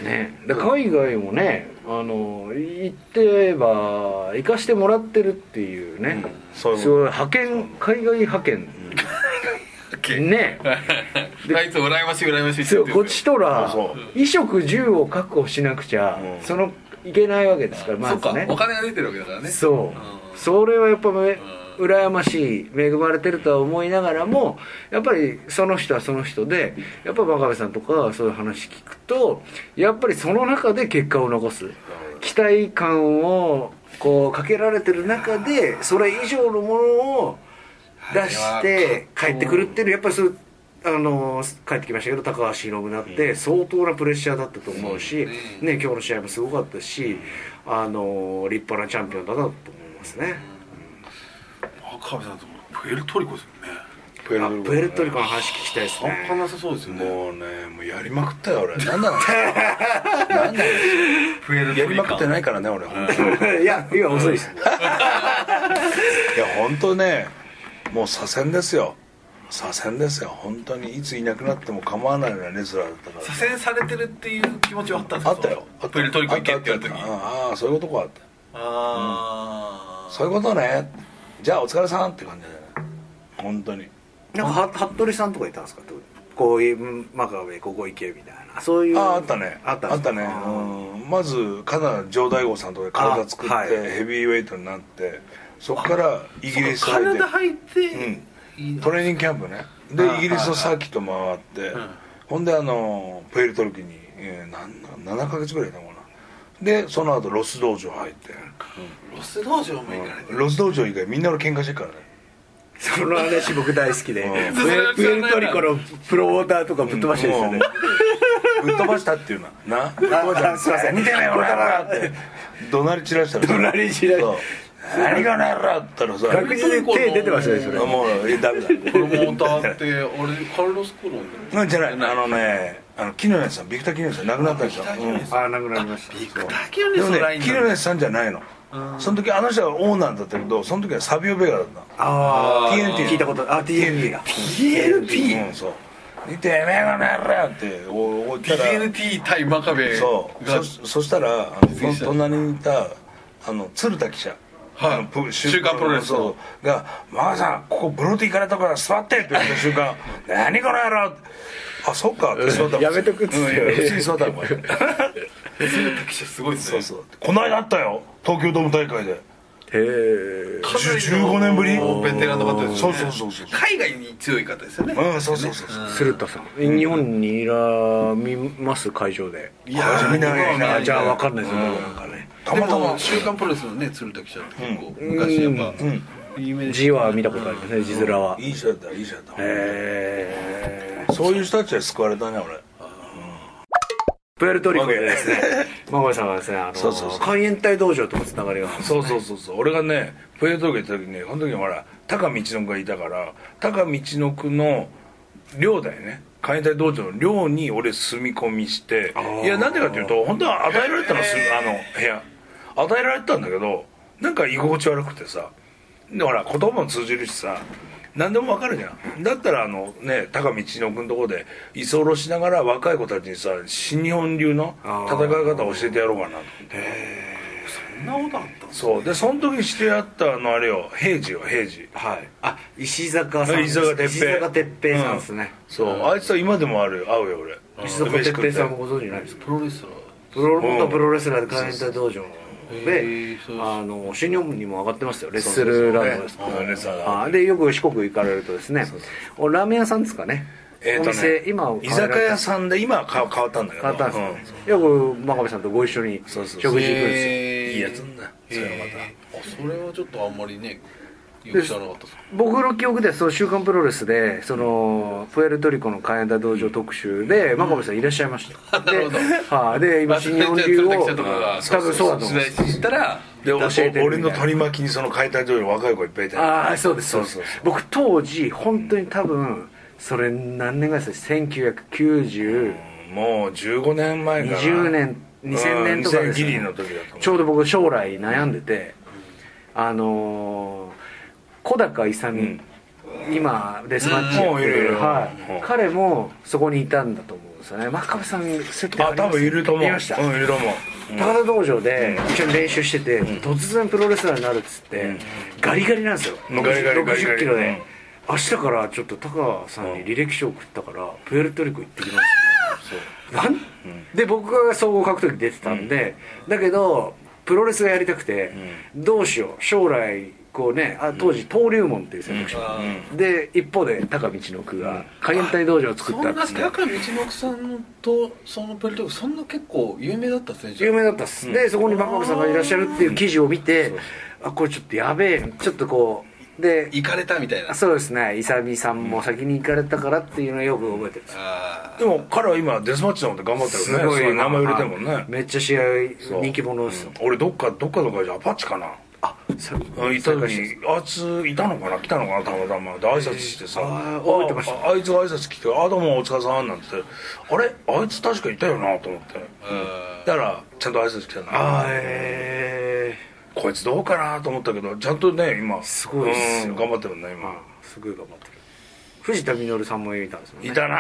Speaker 1: ねだから海外もねあの行ってば行かしてもらってるっていうね、
Speaker 4: そういう
Speaker 1: す
Speaker 4: こ
Speaker 1: ごい派遣海外派遣、ね
Speaker 3: あいつ羨ましい羨ましいって
Speaker 1: そう
Speaker 3: 言ってる
Speaker 1: こっちとら
Speaker 4: そ
Speaker 1: 衣食住を確保しなくちゃ、
Speaker 4: うん
Speaker 1: そのいけないわけですから
Speaker 3: そ
Speaker 1: ま
Speaker 3: っか
Speaker 1: ずね
Speaker 3: お金が出てるわけだからね
Speaker 1: そうそれはやっぱめ羨ましい恵まれてるとは思いながらもやっぱりその人はその人でやっぱ真壁さんとかそういう話聞くとやっぱりその中で結果を残す期待感をこうかけられてる中でそれ以上のものを出して帰ってくるっていうのはやっぱりそうあの帰ってきましたけど高橋宏なって相当なプレッシャーだったと思うし、ね、今日の試合もすごかったし、あの立派なチャンピオンだなと思いますね、
Speaker 3: 赤部さんとプエルトリコですよね
Speaker 4: プエル
Speaker 1: あ
Speaker 4: トリコ
Speaker 1: プエルトリコの話聞きたいです
Speaker 3: 半端
Speaker 1: ね
Speaker 3: なさそうですよね
Speaker 4: もうねもうやりまくったよ俺なんだろうなんだろ
Speaker 3: プエル
Speaker 4: うやりまくってない からね俺本当に
Speaker 1: いや今遅いです
Speaker 4: いや本当ねもう左遷ですよ左遷ですよ本当にいついなくなっても構わないようなレスラーだったから
Speaker 3: 左遷されてるっていう気持ちはあったんですか
Speaker 4: あったよあった
Speaker 3: プエルトリコ行けって
Speaker 4: あ
Speaker 3: や
Speaker 4: っ
Speaker 3: る
Speaker 4: た
Speaker 3: 時
Speaker 4: あったああそういうことかって
Speaker 3: ああ
Speaker 4: そういうことねじゃあお疲れさんって感じだよね本当に
Speaker 1: なんかは服部さんとかいたんですかこういう真壁ここ行けみたいなそういう
Speaker 4: あああったね
Speaker 1: あったん
Speaker 4: あ
Speaker 1: で
Speaker 4: っ
Speaker 1: す
Speaker 4: たねうんまずカナダ上大吾さんとかで体作って
Speaker 1: あはい
Speaker 4: ヘビーウェイトになってそこからイギリス入って
Speaker 3: 体入って、
Speaker 4: うん、トレーニングキャンプねでイギリスのサーキット回って、ほんであのプエルトルキに、えーなんなん7ヶ月ぐらいいたのかなでその後ロス道場入って、
Speaker 3: ロス道場も行かれてる、
Speaker 4: ロス道場以外みんな俺喧嘩してるからね
Speaker 1: その話僕大好きで
Speaker 4: うん
Speaker 1: プエ プエルトリコのプロモーターとかぶっ飛ばしてるんですよね
Speaker 4: もうぶっ飛ばしたっていうななぶっ飛ばした
Speaker 1: あすいま せん
Speaker 4: 見てないよ俺らって怒鳴り散らした怒
Speaker 1: 鳴り散らし
Speaker 4: 何がならって言ったらさ
Speaker 1: 確実に手出てますねそれ
Speaker 4: もうえダメだ
Speaker 3: プロモーターってあれカルロス・コロン
Speaker 4: うんじゃないあのねあのキノネさんビクター・キノネさん亡くなったでしょ、うん
Speaker 1: ああなくなりましたそう
Speaker 3: だけよね
Speaker 4: で
Speaker 3: そ
Speaker 4: も
Speaker 3: のライ
Speaker 4: ね
Speaker 3: ン
Speaker 4: キルネスさんじゃないのその時あの人はオーナーだったけどその時はサビオ・ベガだったの
Speaker 1: ああ
Speaker 4: TNT
Speaker 1: 聞いたことあ TNT が
Speaker 4: TNT? うんそう見てめえのならっておおったら
Speaker 3: DNT 対真壁
Speaker 4: そう
Speaker 3: が
Speaker 4: そそしたらあの
Speaker 3: 実現した
Speaker 4: と隣にいたあの鶴田記者
Speaker 3: はい
Speaker 4: あのプ
Speaker 3: 週刊プロレスの
Speaker 4: そうが「マーさんここブローティー行かれたから座って」って言った瞬 間「何この野郎!」あそっかって座ったの
Speaker 1: やめとくっつって
Speaker 4: うんいや普通に座ったのこれ
Speaker 3: すごいです
Speaker 4: そ
Speaker 3: ね
Speaker 4: うそうこの間あったよ東京ドーム大会で
Speaker 1: へえ
Speaker 3: かなりの
Speaker 4: 15年ぶり
Speaker 3: ベテランの方ですね
Speaker 4: そうそうそうそう
Speaker 3: 海外に強い方ですよね
Speaker 4: うん、そうそうそうそう。
Speaker 1: 鶴田さん日本にいら見ます会場で
Speaker 3: いやー
Speaker 4: 見ない
Speaker 3: まあまあ
Speaker 1: あじゃあ分かんないですよなんかね
Speaker 4: たまた
Speaker 3: で
Speaker 4: ま
Speaker 3: も。週刊プロレスのね鶴田記者って結構昔やっぱ有名で
Speaker 1: 字は見たことありますね字面はい
Speaker 4: い人だった、いい人だった。
Speaker 1: えー
Speaker 4: そういう人たちは救われたね、俺。
Speaker 1: プエルトリコでですね真壁さんがですねあの
Speaker 4: そうそうそう
Speaker 1: 海援隊道場ともつながりが あるんです
Speaker 4: そうそうそうそう。俺がね、プエルトリコ行った時に、この時にほら、高道のくがいたから、高道のくの寮だよね。海隊道場の寮に俺住み込みして、いや、なんでかっていうと、本当は与えられたの、すあの、部屋。与えられてたんだけど、なんか居心地悪くてさ。でほら言葉も通じるしさ何でもわかるじゃんだったらあのね高道の君のとこで居候しながら若い子たちにさ新日本流の戦い方を教えてやろうかなと思ってそんなことあったそうでその時にしてやったあのあれよ平次よ平次
Speaker 1: はいあ石坂さんです
Speaker 4: 石坂哲平
Speaker 1: 石坂哲平さんですね
Speaker 4: そう、あいつは今でもあるよ会うよ俺
Speaker 1: 石塚哲平さんもご存知ないですか
Speaker 3: プロレスラー
Speaker 1: プロ元プロレスラーで海援隊道場で
Speaker 3: へーそうです
Speaker 1: あの新日本にも上がってましたよレッスルランドですか
Speaker 4: レスラーだ
Speaker 1: あーでよく四国行かれるとですねおラーメン屋さんですかね
Speaker 4: えーと
Speaker 1: お
Speaker 4: ね
Speaker 1: 店今は
Speaker 4: 居
Speaker 1: 変わられ
Speaker 4: 酒
Speaker 1: た
Speaker 4: 屋さんで今はか変わったんだけど
Speaker 1: 変わったんですよねよく真壁さんとご一緒に食
Speaker 4: う
Speaker 1: 事
Speaker 4: そう
Speaker 1: 行くんですよ
Speaker 4: うん
Speaker 3: え
Speaker 4: いいやつなんだそれはまた
Speaker 3: あそれはちょっとあんまりねよく知らなかったです
Speaker 1: 僕の記憶ではその「週刊プロレスで」そのプエルトリコの海援隊道場特集で真壁さんいらっしゃいま した、ではいで今新日本流を多分そうだと思います
Speaker 3: 取材したら
Speaker 4: で
Speaker 1: 教えてみたい
Speaker 4: お俺の取り巻きにその解体上に若い子いっぱいいたよ
Speaker 1: ああそうですそうです
Speaker 4: そうそうそ
Speaker 1: 僕当時本当に多分それ何年ぐらいですか199020
Speaker 4: もう15年前から
Speaker 1: 年2000年とかです
Speaker 4: ギ
Speaker 1: ね
Speaker 4: リの時だと思う
Speaker 1: ちょうど僕将来悩んでてあのー小高勇今デスマッチや
Speaker 4: うん
Speaker 1: っ
Speaker 4: もう
Speaker 1: て
Speaker 4: いるい
Speaker 1: る
Speaker 4: る
Speaker 1: はい
Speaker 4: うん
Speaker 1: 彼もそこにいたんだと思うんですよね真壁さん席
Speaker 4: あ多分いると思う
Speaker 1: いました
Speaker 4: うんいると思う
Speaker 1: 高田道場で一緒に練習してて、突然プロレスラーになるっつって、ガリガリなんですよ
Speaker 4: ガリガリガリガ
Speaker 1: 60
Speaker 4: リ
Speaker 1: キロで、
Speaker 4: うん
Speaker 1: 明日からちょっと高さんに履歴書送ったから、プエルトリコ行ってきますなんで僕が総合格闘技出てたんで、だけどプロレスがやりたくて、どうしよう将来こうねあ当時登竜門っていう選択肢も、で一方で高道の奥が海援隊道場を作
Speaker 3: そ
Speaker 1: っ
Speaker 3: ん
Speaker 1: た
Speaker 3: な
Speaker 1: っつって
Speaker 3: 高道の奥さんとそのプレトリそんな結構有名だった選手
Speaker 1: 有名だったっす、でそこに真壁さんがいらっしゃるっていう記事を見て、あこれちょっとやべえちょっとこうで
Speaker 3: 行かれたみたいな
Speaker 1: そうですね伊佐美さんも先に行かれたからっていうのをよく覚えてるんです
Speaker 3: あ
Speaker 4: でも彼は今デスマッチなので頑張ってるよねすごい
Speaker 1: な
Speaker 4: 名前売れてもんね
Speaker 1: めっちゃ試合
Speaker 4: そう
Speaker 1: 人気者ですよ、
Speaker 4: うん俺どっかどっかの会社アパッチかな
Speaker 1: あさ
Speaker 4: うん行った時にあいついたのかな来たのかなたまたまで挨拶してさ
Speaker 1: あー覚えてました
Speaker 4: ああいつが挨拶来て「あどうもお疲れさん」なんて言ってあれあいつ確かいたよなと思ってだからちゃんと挨拶来たの
Speaker 1: あーえ
Speaker 4: こいつどうかなと思ったけどちゃんとね今
Speaker 1: すごいっすよ
Speaker 4: うん頑張ってるね
Speaker 1: ー
Speaker 4: 今
Speaker 1: あすごい頑張ってる藤田実さんもいたんですもんね
Speaker 4: いたな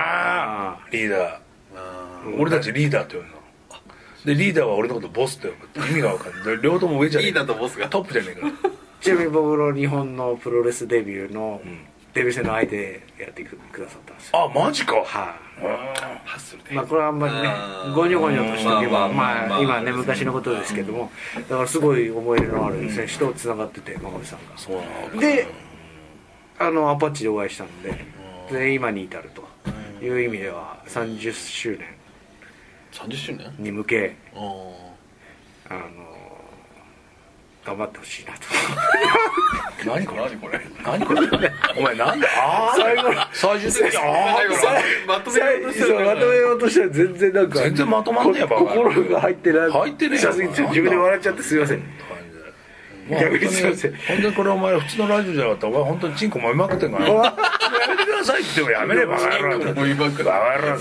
Speaker 4: あリーダー俺たちリーダーって呼ぶのでリーダーは俺のことボスって呼ぶ意味が分かんないで両方とも上じゃねえ
Speaker 3: リーダーとボスが
Speaker 4: トップじゃねえから
Speaker 1: ちなみに僕の日本のプロレスデビューの、デビュー戦の相手やってくくださったんですよ
Speaker 4: あマジか
Speaker 1: はい、
Speaker 3: あハッスルで
Speaker 1: まあこれはあんまりね
Speaker 3: あー
Speaker 1: ゴニョゴニョとしておけば
Speaker 3: うんまあまあ
Speaker 1: ま
Speaker 3: ま
Speaker 1: あ
Speaker 3: あ
Speaker 1: 今ね昔のことですけどもだからすごい思い入れのある選手とつながってて真壁さんが
Speaker 4: そうなの
Speaker 1: であのアパッチでお会いしたんでで今に至るという意味では30周年
Speaker 3: 30周年
Speaker 1: に向け
Speaker 3: あ
Speaker 1: あ
Speaker 3: あ
Speaker 1: の頑張ってほしいなと
Speaker 4: 何これ何これ何これお前なんだああ
Speaker 1: 最後の
Speaker 4: 最終的にああ
Speaker 3: まとめようとして
Speaker 1: そうまとめようとしたら全然なんか
Speaker 4: 全然まとまんねえ
Speaker 1: こ
Speaker 4: バカ
Speaker 1: 心が入ってない
Speaker 4: 入ってねえよ
Speaker 1: さすがにちょっと自分で笑っちゃってすいません逆にすいません
Speaker 4: 本当にこれお前普通のラジオじゃなかったらお前本当にチンコ揉みまくってんかなやめてくださいって言ってもや めればバカ野郎
Speaker 3: 揉みまくる
Speaker 4: バカ野郎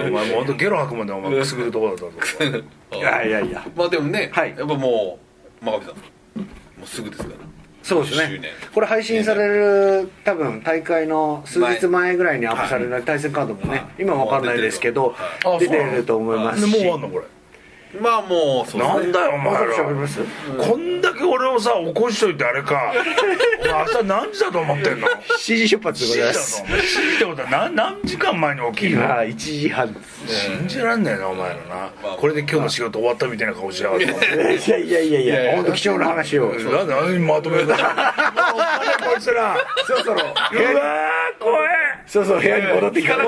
Speaker 4: ってお前もう本当ゲロ吐くまでお前くすぐるとこだったぞ
Speaker 1: いやいやいや
Speaker 3: まあでもね、
Speaker 1: はい
Speaker 3: やっぱもう真壁さんもうすぐですから
Speaker 1: そうです
Speaker 3: 10周
Speaker 1: ね
Speaker 3: 年
Speaker 1: これ配信される多分大会の数日前ぐらいにアップされる対戦カードもね今わかんないですけど
Speaker 4: はいあ
Speaker 1: 出て
Speaker 4: そうなの
Speaker 1: ると思いま
Speaker 4: ですもう
Speaker 1: し
Speaker 4: 終わんのこれ
Speaker 3: まあもうそう
Speaker 4: なんだよお
Speaker 1: もう
Speaker 4: 前
Speaker 1: ちょっと喋り
Speaker 4: ら
Speaker 1: ます
Speaker 4: こんだけ俺をさ起こしといてあれかお前朝何時だと思ってんの
Speaker 1: 7時出発でございます
Speaker 4: 7時ってことは何何時間前に起きる
Speaker 1: 今
Speaker 4: の
Speaker 1: 1時半です
Speaker 4: 信じらんねえなお前らなこれで今日の仕事終わったみたいな顔しやがって
Speaker 1: いやいやいやいや本当貴重な話を
Speaker 4: なんで何まとめるんだもうお前らこいつら
Speaker 1: そろそろ
Speaker 4: うわー怖い
Speaker 1: そろそろ部屋に戻っていかない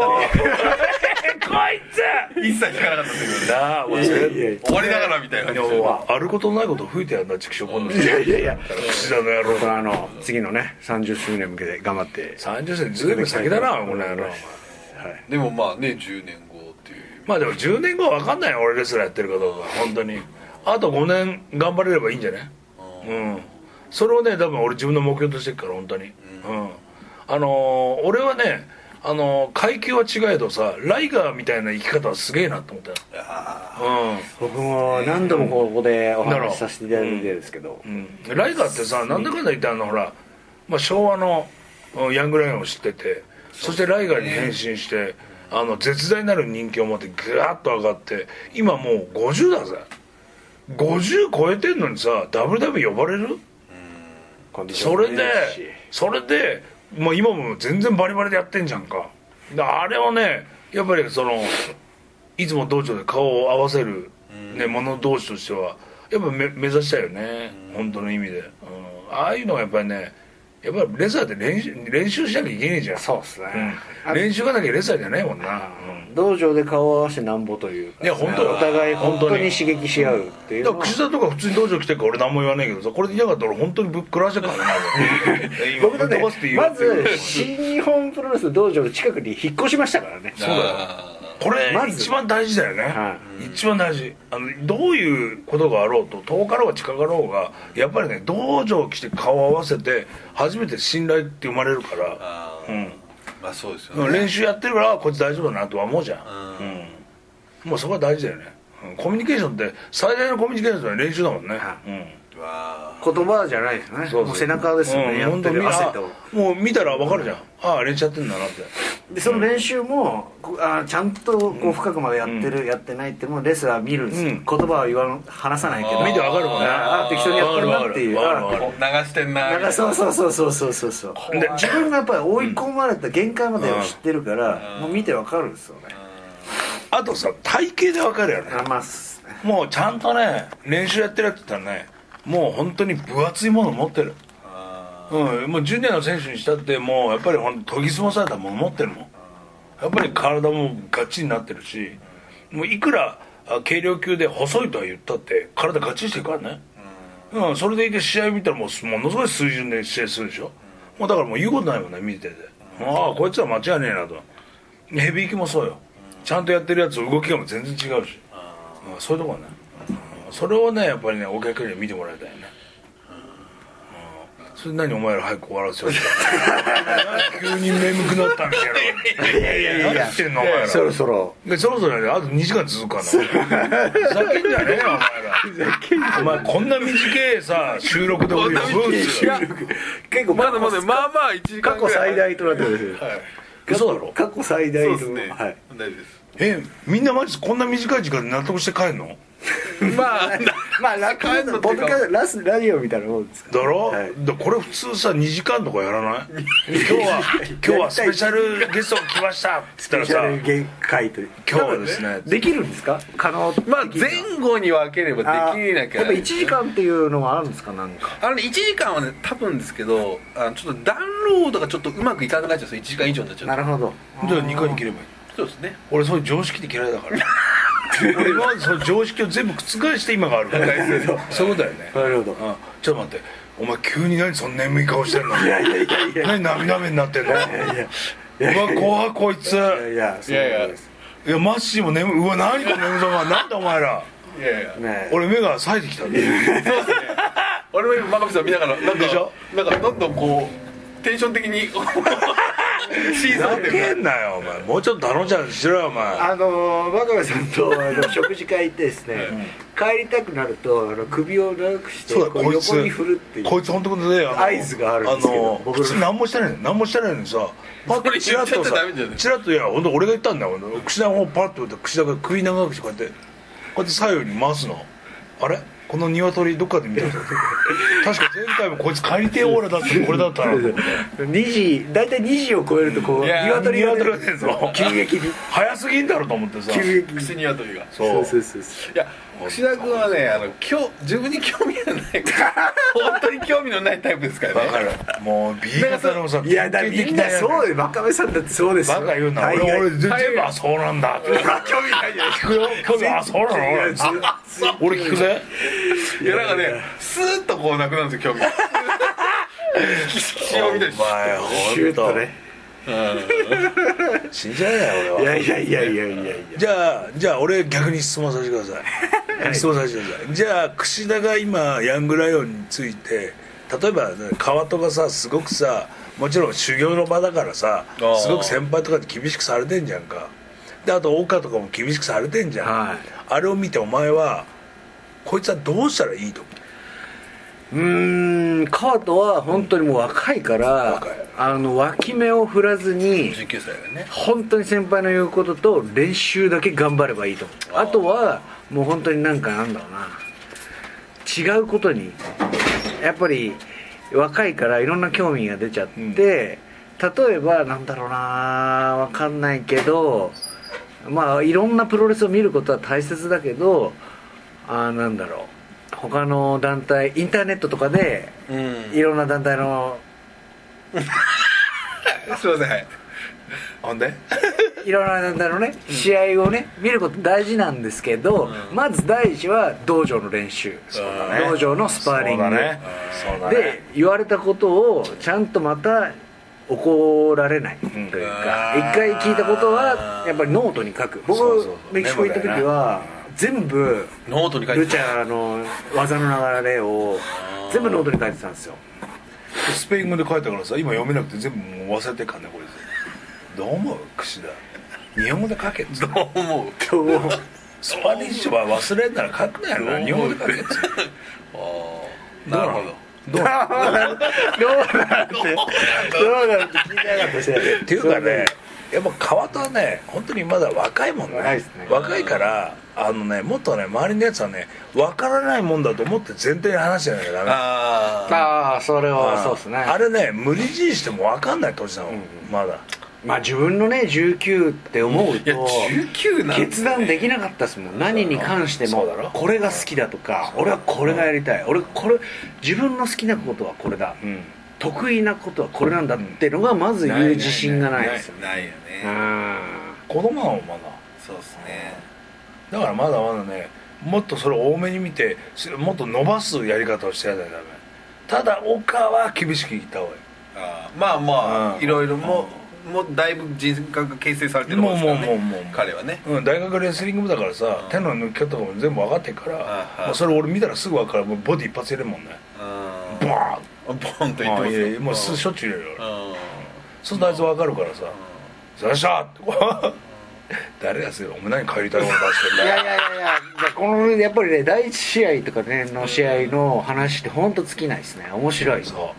Speaker 3: 一切聞かなかったんだけどね
Speaker 4: なあ
Speaker 1: といやいやい
Speaker 3: 終わりだからみたいな感じで
Speaker 4: あることないこと吹いてやんな畜生こんな
Speaker 1: やいやいや
Speaker 4: 口だの野郎
Speaker 1: これあの次のね30周年に向けて頑張って
Speaker 4: 30歳ずいぶん先だなこの野郎
Speaker 3: でもまあね10年後っていう
Speaker 4: まあでも10年後は分かんないよ俺レスラーやってるかどうか本当にあと5年頑張れればいいんじゃないうんそれをね多分俺自分の目標としてるから本当にうん、あのー俺はねあのー階級は違えどさライガーみたいな生き方はすげえなと思ったようん
Speaker 1: 僕も何度もここでお話しさせていただいてるんですけど
Speaker 4: うんライガーってさなんだかんだ言ってあのほら、まあ、昭和のうんヤングライオンを知っててそしてライガーに変身して、あの絶大なる人気を持ってグワッと上がって今もう50だぜ50超えてんのにさ WW 呼ばれる
Speaker 1: コンディション
Speaker 4: そ
Speaker 1: もい
Speaker 4: れ
Speaker 1: い
Speaker 4: です
Speaker 1: し
Speaker 4: それで、まあ、今も全然バリバリでやってんじゃんかであれをねやっぱりそのいつも道場で顔を合わせる、ね、者同士としてはやっぱ目目指したいよね、本当の意味で、うん、ああいうのはやっぱりねやっぱりレザーって練習練習しなきゃいけねえじゃん
Speaker 1: そうですね、
Speaker 4: うん練習がなきゃレザーじゃないもんな、うん
Speaker 1: 道場で顔を合わせてなんぼというか
Speaker 4: いや本当よ
Speaker 1: お互い本当
Speaker 4: 本当
Speaker 1: に
Speaker 4: に
Speaker 1: 刺激し合うっていう
Speaker 4: だ
Speaker 1: の
Speaker 4: か
Speaker 1: は
Speaker 4: ら串田とか普通に道場来てるから俺何も言わないけどさこれで嫌がったら俺本当にぶっ食らわせたからな
Speaker 1: 僕だって
Speaker 4: 飛ばすって言う
Speaker 1: まず新日本プロレスの道場の近くに引っ越しましたからね
Speaker 9: そうだ
Speaker 4: これ、
Speaker 1: まず
Speaker 4: 一番大事だよね、
Speaker 1: は
Speaker 4: 一番大事あのどういうことがあろうと遠かろうが近かろうがやっぱりね道場来て顔を合わせて初めて信頼って生まれるから、
Speaker 9: あ
Speaker 4: う
Speaker 9: ー
Speaker 4: ん、
Speaker 9: まあそうですよ
Speaker 4: うん
Speaker 9: ね
Speaker 4: 練習やってるからあこいつ大丈夫だなとは思うじゃ
Speaker 9: う
Speaker 4: ん、うんもうそこは大事だよね、うんコミュニケーションって最大のコミュニケーションは練習だもんね、
Speaker 1: は
Speaker 4: うん
Speaker 9: わ
Speaker 1: 言葉じゃないですよね
Speaker 4: そうそう
Speaker 1: もう背中ですよね、
Speaker 4: うん
Speaker 1: やって
Speaker 4: 本当
Speaker 1: る
Speaker 4: 見
Speaker 1: 汗
Speaker 4: あ
Speaker 1: と
Speaker 4: もう見たら分かるじゃん、ああ練習やってんだなって
Speaker 1: でその練習もこあちゃんとこう深くまでやってる、やってないってもうレスラー見るんです、
Speaker 4: うん
Speaker 1: 言葉は言わん話さないけど
Speaker 4: 見て分かるもんね
Speaker 1: ああ適当にやってるなっていう
Speaker 4: 分かる分かる分かる分か
Speaker 1: あ
Speaker 4: る
Speaker 9: ー流してんな
Speaker 1: なんかそうそうそうそうそうそうそうで自分がやっぱり追い込まれた限界までを知ってるから、もう見てわかるんですよね、
Speaker 4: あとさ体型で分かるよね
Speaker 1: あまあす
Speaker 4: もうちゃんとね練習やってるやつって言ったらねもう本当に分厚いもの持ってるうんもうジュニアの選手にしたってもうやっぱりほんと研ぎ澄まされたもの持ってるもんやっぱり体もガッチリになってるしもういくらあ軽量級で細いとは言ったって体ガッチリしてるからねうんそれでいて試合見たらもうすものすごい水準で試合するでしょもうだからもう言うことないもんね見ててああこいつは間違いねえなとヘビー級もそうよちゃんとやってるやつ動きがもう全然違うしうんそういうとこはねうんそれをねやっぱりねお客には見てもらいたいねうんそれ何お前ら早く終わらせようと 急に眠くなったみたいないやいやいや何言ってんのお前ら
Speaker 1: そろそろ
Speaker 4: でそろそろやであと2時間続くかなふざけんじゃねえよお前らお前こんな短いさ収録で俺呼ぶんすよ
Speaker 1: 結構
Speaker 9: まだまだまあまあ1時間
Speaker 1: 過
Speaker 9: ぐらい
Speaker 1: 去最大となってるんですよ
Speaker 4: 嘘だろ
Speaker 1: 過去最大
Speaker 9: そう
Speaker 1: の
Speaker 9: ですね
Speaker 1: はい
Speaker 9: 大丈夫です
Speaker 4: えみんなマジこんな短い時間で納得して帰んの
Speaker 9: まあ
Speaker 1: まあ楽
Speaker 9: 帰んの
Speaker 1: な
Speaker 9: ってい
Speaker 1: ポッ
Speaker 9: うか
Speaker 1: ドキャストラスラジオみたいなもんです
Speaker 4: だろ、
Speaker 1: はい
Speaker 4: だこれ普通さ2時間とかやらない今日は今日はスペシャルゲスト来ましたっつったら
Speaker 1: スペシ
Speaker 4: さ
Speaker 1: ャル限界という
Speaker 4: 今日はですね
Speaker 1: できるんですか可能
Speaker 9: まあ前後に分ければ
Speaker 1: あ
Speaker 9: できなきゃ
Speaker 1: やっぱ1時間っていうのはあるんですかなんか
Speaker 9: あのね1時間はね多分ですけどあのちょっとダウンロードがちょっとうまくいかなくなっちゃうんですよ1時間以上になっちゃ
Speaker 1: な
Speaker 9: う
Speaker 1: るほど
Speaker 4: じゃあ2回に切ればいい
Speaker 9: そうですね
Speaker 4: 俺そういう常識で嫌いだから 俺今までその常識を全部覆して今がある からそういうことだよね
Speaker 1: なるほど
Speaker 4: うんちょっと待ってお前急に何そんな眠い顔してんの何涙目になってんのうわ怖いこいつ
Speaker 1: いやい
Speaker 9: やいや
Speaker 1: やそう
Speaker 4: いやマッシーも眠いうわ何この眠さまなんだお前ら
Speaker 9: いやいや
Speaker 1: ね
Speaker 4: 俺目が冴えてきたんだよ
Speaker 9: 俺も今真壁さん見ながらなんか
Speaker 4: でしょ
Speaker 9: なんかどんどんこうテンション的に シー
Speaker 4: ふ
Speaker 9: サ
Speaker 4: ざ
Speaker 9: ー
Speaker 4: けんなよお前もうちょっとダノちゃんしろよお前
Speaker 1: あのー真壁さんとあの食事会行ってですね、帰りたくなるとあの首を長くして
Speaker 4: そうだ
Speaker 1: こう
Speaker 4: こいつ
Speaker 1: 横に振るっていう
Speaker 4: こいつ本当にねあの
Speaker 1: 合図があるんですけど
Speaker 4: あの
Speaker 1: 僕ら
Speaker 4: 普通何もしてないの何もしてないのにさパッとチラッ
Speaker 9: それ言
Speaker 4: と
Speaker 9: っちゃ
Speaker 4: さ
Speaker 9: ダメじゃない
Speaker 4: チラッといや本当俺が言ったんだよ串田の方パッと見たら串田が首長くしてこうやってこうやって左右に回すのあれこの鶏どっかで見 たぞ確か前回もこいつ帰りてえオーラだってこれだったなと思って
Speaker 1: 2時大体2時を超えるとこう
Speaker 9: や
Speaker 1: 鶏が
Speaker 4: 鶏が出るぞ
Speaker 1: 急激に
Speaker 4: 早すぎんだろと思ってさ
Speaker 1: 急激に
Speaker 9: 口に鶏が
Speaker 4: そう
Speaker 1: そうそうそう
Speaker 9: いや串田君はねあの今日自分に興味がないから本当に興味のないタイプですから
Speaker 4: わ
Speaker 9: ね
Speaker 4: かるもう B 型のさ
Speaker 1: いやだ
Speaker 4: 典
Speaker 1: み
Speaker 4: 型
Speaker 1: ん
Speaker 4: 的
Speaker 1: な
Speaker 4: やつ
Speaker 1: そうで真壁さんだってそうですよ
Speaker 4: バカ言うな
Speaker 1: 大
Speaker 4: 俺
Speaker 1: 概
Speaker 4: 俺全
Speaker 9: 大
Speaker 4: 部
Speaker 9: 概
Speaker 4: あそうなんだって
Speaker 1: 興味ないじゃない
Speaker 4: 聞くよ興味あそうなの俺ず俺聞くぜ
Speaker 9: いやなんかねスーッとこうなくなるんですよ興味が色々見たりし
Speaker 4: お前
Speaker 1: シュ
Speaker 4: ホ
Speaker 1: ッ
Speaker 4: ン
Speaker 1: と
Speaker 4: ト
Speaker 1: ね
Speaker 4: 死んじゃえよ
Speaker 1: い
Speaker 4: 俺
Speaker 1: や
Speaker 4: は
Speaker 1: いやいやいやいやいや
Speaker 4: じゃあじゃあ俺逆に質問させてください、質問させてくださいじゃあ櫛田が今ヤングライオンについて例えば、ね、川戸がさすごくさもちろん修行の場だからさ
Speaker 9: ー
Speaker 4: すごく先輩とかに厳しくされてんじゃんかであと岡とかも厳しくされてんじゃん、
Speaker 1: はい
Speaker 4: あれを見てお前はこいつはどうしたらいいと思う
Speaker 1: うーん川戸は本当にもう若いから、
Speaker 4: 若い
Speaker 1: あの脇目を振らずに
Speaker 9: 19歳だね
Speaker 1: 本当に先輩の言うことと練習だけ頑張ればいいと思うあとはもう本当になんかなんだろうな違うことにやっぱり若いからいろんな興味が出ちゃって、例えばなんだろうなわかんないけどまあいろんなプロレスを見ることは大切だけどあーなんだろう他の団体インターネットとかで
Speaker 3: うん
Speaker 1: いろんな団体の
Speaker 3: すいませんはい
Speaker 4: ほんで
Speaker 1: いろんな団体のね試合をね見ること大事なんですけど、まず第一は道場の練習、道場のスパーリング、
Speaker 4: そうだねそうだね
Speaker 1: で言われたことをちゃんとまた怒られないというか、一回聞いたことはやっぱりノートに書く僕
Speaker 4: そうそう
Speaker 1: メキシコ行った時は全部
Speaker 3: ノートに書い
Speaker 1: ル
Speaker 3: て
Speaker 1: チャーの技の流れを全部ノートに書いてたんですよ
Speaker 4: スペイン語で書いたからさ今読めなくて全部もう忘れてっかんねこれどう思う櫛田日本語で書けっつって
Speaker 3: どう思う
Speaker 1: と
Speaker 4: スパニッシュは忘れんなら書くなよな日本語で 書けっつって
Speaker 3: なるほど
Speaker 1: どうなんてどうなんてどうなんて聞いてなかったし
Speaker 4: っていうかねやっぱ川田はね本当にまだ若いもんね
Speaker 1: 若いっすね
Speaker 4: 若いからあのねもっとね周りのやつはね分からないもんだと思って前提に話してなきゃダメ
Speaker 3: ああ
Speaker 1: ああそれはそうですね
Speaker 4: あれね無理強いしても分かんない年なの、まだ
Speaker 1: まあ自分のね19って思う
Speaker 3: いや
Speaker 1: と
Speaker 3: 19なんてね
Speaker 1: 決断できなかったですもん何に関して
Speaker 4: そ
Speaker 1: も
Speaker 4: うだろ
Speaker 1: これが好きだとか俺はこれがやりたい俺これ自分の好きなことはこれだ
Speaker 4: うん
Speaker 1: 得意なことはこれなんだってのがまず言う自信がないですよね
Speaker 3: ないよ
Speaker 1: う
Speaker 3: ね
Speaker 1: ん
Speaker 4: 子供なのまだ
Speaker 3: そうですね
Speaker 4: だからまだまだねもっとそれを多めに見てそれもっと伸ばすやり方をしてやらないとダメただ岡は厳しく言った方がいい
Speaker 3: あーまあま
Speaker 4: う
Speaker 3: あ
Speaker 4: ん
Speaker 3: いろいろもうもうだいぶ人格が形成されてる方ですから
Speaker 4: もうもうもう
Speaker 3: ね
Speaker 4: もう
Speaker 3: 彼はね
Speaker 4: うん、大学レスリング部だからさ、
Speaker 3: うん
Speaker 4: 手の抜き方とかも全部分かってるから、
Speaker 3: はいはい
Speaker 4: もうそれ俺見たらすぐ分かるもうボディ一発入れるもんね
Speaker 3: うん
Speaker 4: ボーン
Speaker 3: ボンと言
Speaker 4: あ
Speaker 3: っ
Speaker 4: あ
Speaker 3: てます
Speaker 4: いやい
Speaker 3: よ
Speaker 4: やもうす
Speaker 3: うん
Speaker 4: しょっちゅう入れる
Speaker 3: う
Speaker 4: よ
Speaker 3: ん
Speaker 4: 俺そうするとあいつ分かるからさ「そりゃっしゃ!」って 「誰やすよお前何帰りたいもの出してん
Speaker 1: いや
Speaker 4: だ
Speaker 1: いや
Speaker 4: よ
Speaker 1: いやいやこのやっぱりね第一試合とかねの試合の話って本当尽きないですね面白い
Speaker 4: そ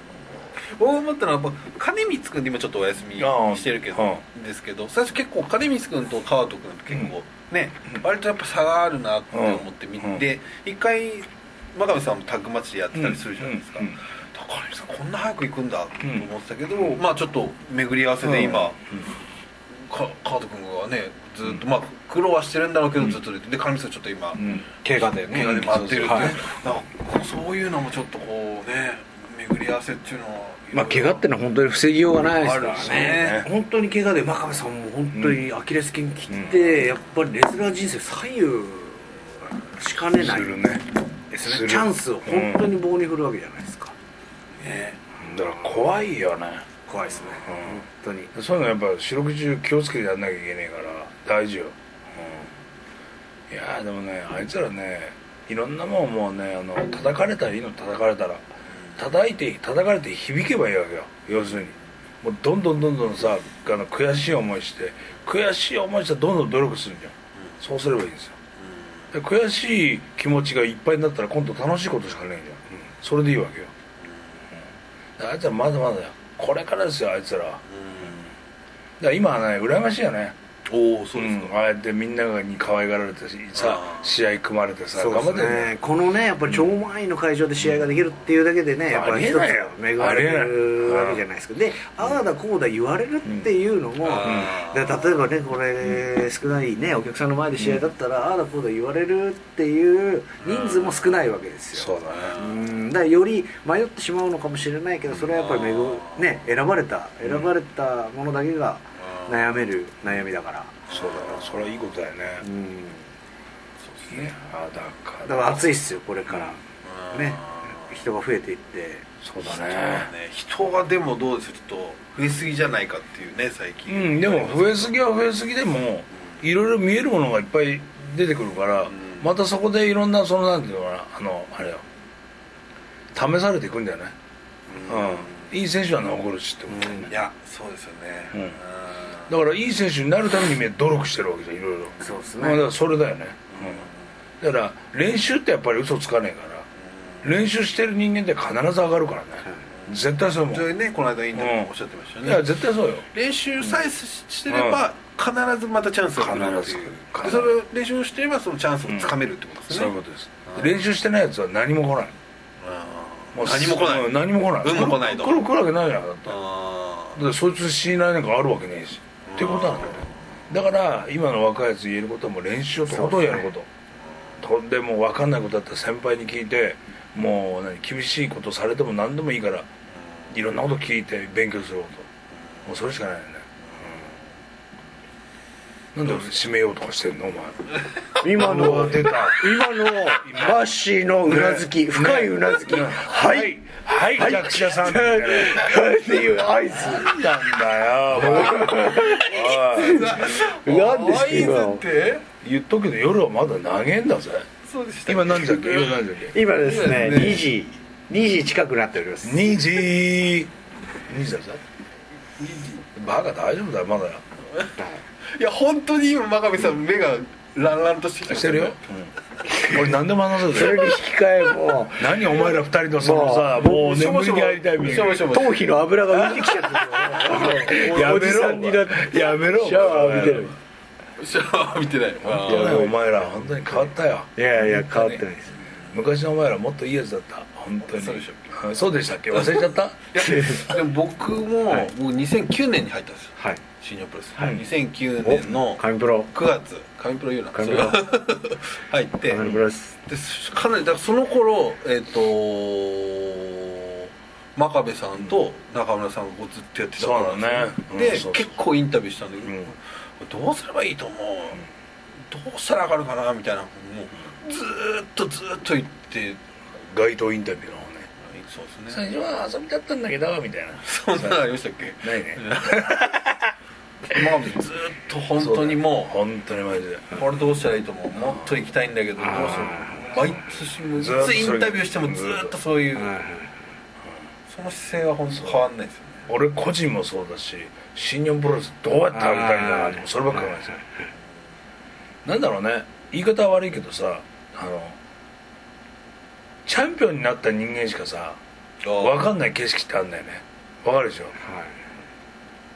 Speaker 3: 僕思ったのはやっぱ金光君って今ちょっとお休みしてるけど
Speaker 4: う
Speaker 3: ですけど最初結構金光君と川戸君って結構ね割とやっぱ差があるなって思って見
Speaker 4: うん
Speaker 3: て一回真壁さんもタッグマッチでやってたりするじゃないですか
Speaker 4: うんう
Speaker 3: 金
Speaker 4: ん
Speaker 3: 光さんこんな早く行くんだと
Speaker 4: ん
Speaker 3: 思ってたけどまあちょっと巡り合わせで今か川戸君がねずっとまあ苦労はしてるんだろうけどずっと出てで金光さんちょっと今
Speaker 4: うん
Speaker 1: 怪我だよね
Speaker 3: 怪我で待ってるって
Speaker 1: はい
Speaker 3: なんかそういうのもちょっとこうね巡り合わせっていうのは
Speaker 1: まあ、怪我ってのは本当に防ぎようがないですから
Speaker 3: あるし
Speaker 1: ね
Speaker 3: ね
Speaker 1: 本当に怪我で真壁さんも本当にアキレス腱切って、やっぱりレスラー人生左右しかねない
Speaker 4: するね
Speaker 1: です
Speaker 4: す
Speaker 1: ね
Speaker 4: る
Speaker 1: チャンスを本当に棒に振るわけじゃないですか、
Speaker 4: だから怖いよね
Speaker 1: 怖いですね、本当に
Speaker 4: そういうのやっぱ四六時中気をつけてやんなきゃいけないから大事よ、うん、いやーでもねあいつらねいろんなもんもうねあの叩かれたらいいの叩かれたら叩いて叩かれて響けばいいわけよ要するにもうどんどんどんどんさあの悔しい思いして悔しい思いしてどんどん努力するじゃん、そうすればいいんですよ、で悔しい気持ちがいっぱいになったら今度楽しいことしかないじゃん、それでいいわけよ、うんだからあいつらまだまだよこれからですよあいつらは、だから今はね羨ましいよね
Speaker 3: おおそうですか、
Speaker 4: うんああやってみんなに可愛がられてさ
Speaker 3: あー
Speaker 4: 試合組まれてさ
Speaker 1: そう
Speaker 4: 頑張っ
Speaker 1: です
Speaker 4: てるね
Speaker 1: ねこのねやっぱり超満員の会場で試合ができるっていうだけでね、やっぱり一つ
Speaker 4: ありえないよ
Speaker 1: 恵まれて
Speaker 4: ありえ
Speaker 1: る
Speaker 4: ない
Speaker 1: わけじゃないですかでああだこうだ言われるっていうのも、
Speaker 3: あ
Speaker 1: で例えばねこれ少ないねお客さんの前で試合だったら、ああだこうだ言われるっていう人数も少ないわけですよ、
Speaker 4: そうだね
Speaker 1: うん、だからより迷ってしまうのかもしれないけどそれはやっぱり恵ね選ばれた選ばれたものだけが悩める悩みだから、
Speaker 4: そうだなそれはいいことだよね
Speaker 1: うん、
Speaker 4: ねあーだ
Speaker 1: だ
Speaker 4: か
Speaker 1: からら暑いっすよこれから、ね人が増えていって
Speaker 4: そうだね
Speaker 3: ね、人がでもどうですちょっと増えすぎじゃないかっていうね最近、
Speaker 4: うんでも増えすぎは増えすぎでもいろいろ見えるものがいっぱい出てくるから
Speaker 3: ん
Speaker 4: またそこでいろんなそのなんていうのかなあのあれよ試されていくんだよねうんいい選手は残るしって思ったよね
Speaker 3: いやそうですよね、
Speaker 4: うん
Speaker 3: うん
Speaker 4: だからいい選手になるためにみんな努力してるわけじゃんいろいろ
Speaker 1: そうです
Speaker 4: まあ、だからそれだよね、うん、だから練習ってやっぱり嘘つかねえから練習してる人間って必ず上がるからね、絶対そう思
Speaker 3: それ
Speaker 4: う、
Speaker 3: ねこの間インタビューでもおっしゃってましたよ
Speaker 4: い
Speaker 3: ね、
Speaker 4: や絶対そうよ
Speaker 3: 練習さえししてれば、必ずまたチャンスが来るって
Speaker 4: 必ず来
Speaker 3: いう
Speaker 4: る
Speaker 3: でそれを練習してればそのチャンスをつかめるってことです
Speaker 4: そう
Speaker 3: ね、
Speaker 4: いうことです、練習してないやつは何も来ないもう
Speaker 3: 何も来ない
Speaker 4: うん何も来ない
Speaker 3: 運も来ないと
Speaker 4: 来る来るわけないじゃんだってだ
Speaker 3: あ
Speaker 4: ってそいつ信頼なんかあるわけねえしっていうことなんだよねだから今の若いやつ言えることはもう練習をとことんやること、とんでも分かんないことだったら先輩に聞いてもう何厳しいことされても何でもいいからいろんなこと聞いて勉強することもうそれしかないよね、うんなんで締めようとかしてんのお前
Speaker 1: 今
Speaker 4: うわ
Speaker 1: の
Speaker 4: 出た
Speaker 1: 今のバッシーのうなずき、深いうなずき、は、
Speaker 4: はいいはい、じゃあ岸田さん
Speaker 1: っ
Speaker 4: み
Speaker 1: て
Speaker 4: たいな
Speaker 1: いう合図
Speaker 4: なんだよおいおい
Speaker 1: なんですか今の
Speaker 3: て
Speaker 4: 言っとくけど夜はまだ投げんだぜ
Speaker 3: そうでした
Speaker 4: 今何時だっけ夜何時だっけ
Speaker 1: 今ですね
Speaker 3: いいですね
Speaker 1: 2時2時近くなっております
Speaker 4: 2時2時だぜバカ大丈夫だよまだよ
Speaker 3: いや本当に今真壁さん目がランランとしてきま
Speaker 4: し
Speaker 3: してた
Speaker 4: るよ、うん俺何でも話せ
Speaker 1: そ
Speaker 4: る
Speaker 1: れ
Speaker 4: よ
Speaker 1: に引き換えも
Speaker 4: 何お前ら二人のそのさもう眠りに入りたいみたい
Speaker 3: しょ
Speaker 4: な
Speaker 3: ぼしょぼ
Speaker 1: 頭皮の油が浮いてきちゃってるよ
Speaker 4: や
Speaker 1: お
Speaker 4: め
Speaker 1: じ
Speaker 4: ろ
Speaker 1: さんになって
Speaker 4: やめろ
Speaker 1: シャワー浴びてる
Speaker 3: シャワー見てない
Speaker 4: いやでもお前ら本当に変わったよ
Speaker 1: いやいや変わってないです
Speaker 4: 昔のお前らもっといいやつだった本当に
Speaker 3: そうでし
Speaker 4: うんそうでしたっけ忘れちゃった
Speaker 3: でも僕ももう2009年に入ったんですよ
Speaker 1: はい
Speaker 3: 新日本プロレス、
Speaker 1: はい
Speaker 3: 2009年の
Speaker 1: 神プロ
Speaker 3: 9月上プロ言うな
Speaker 1: 神プロ
Speaker 3: それ入って
Speaker 1: 神プロです
Speaker 3: でかなりだからその頃えっ、と真壁さんと中村さんがこうずっとやってたから
Speaker 4: そうだねうん
Speaker 3: で
Speaker 4: そうそう
Speaker 3: 結構インタビューしたんだけど、
Speaker 4: ん
Speaker 3: どうすればいいと思う、どうしたら上がるかなみたいなのをもうずーっとずーっと言って
Speaker 4: 街頭インタビューの方ね
Speaker 3: そうです
Speaker 4: 最
Speaker 3: ね
Speaker 4: 初は遊びだったんだけどみたいな
Speaker 3: そんなのありましたっ け
Speaker 4: ないね
Speaker 3: 真壁さんずーっと本当にもう
Speaker 4: 本当にマジで
Speaker 3: これどうしたらいいと思うもっと行きたいんだけどどうしよう毎年もういつ
Speaker 4: ずーっとそれ
Speaker 3: インタビューしてもずーっとそういうその姿勢は本当変わんないですよね
Speaker 4: 俺個人もそうだし新日本プロレスどうやって上げたいんだなってそればっかり考えてたなんだろうね言い方は悪いけどさあのチャンピオンになった人間しかさ分かんない景色ってあんだよね分かるでしょ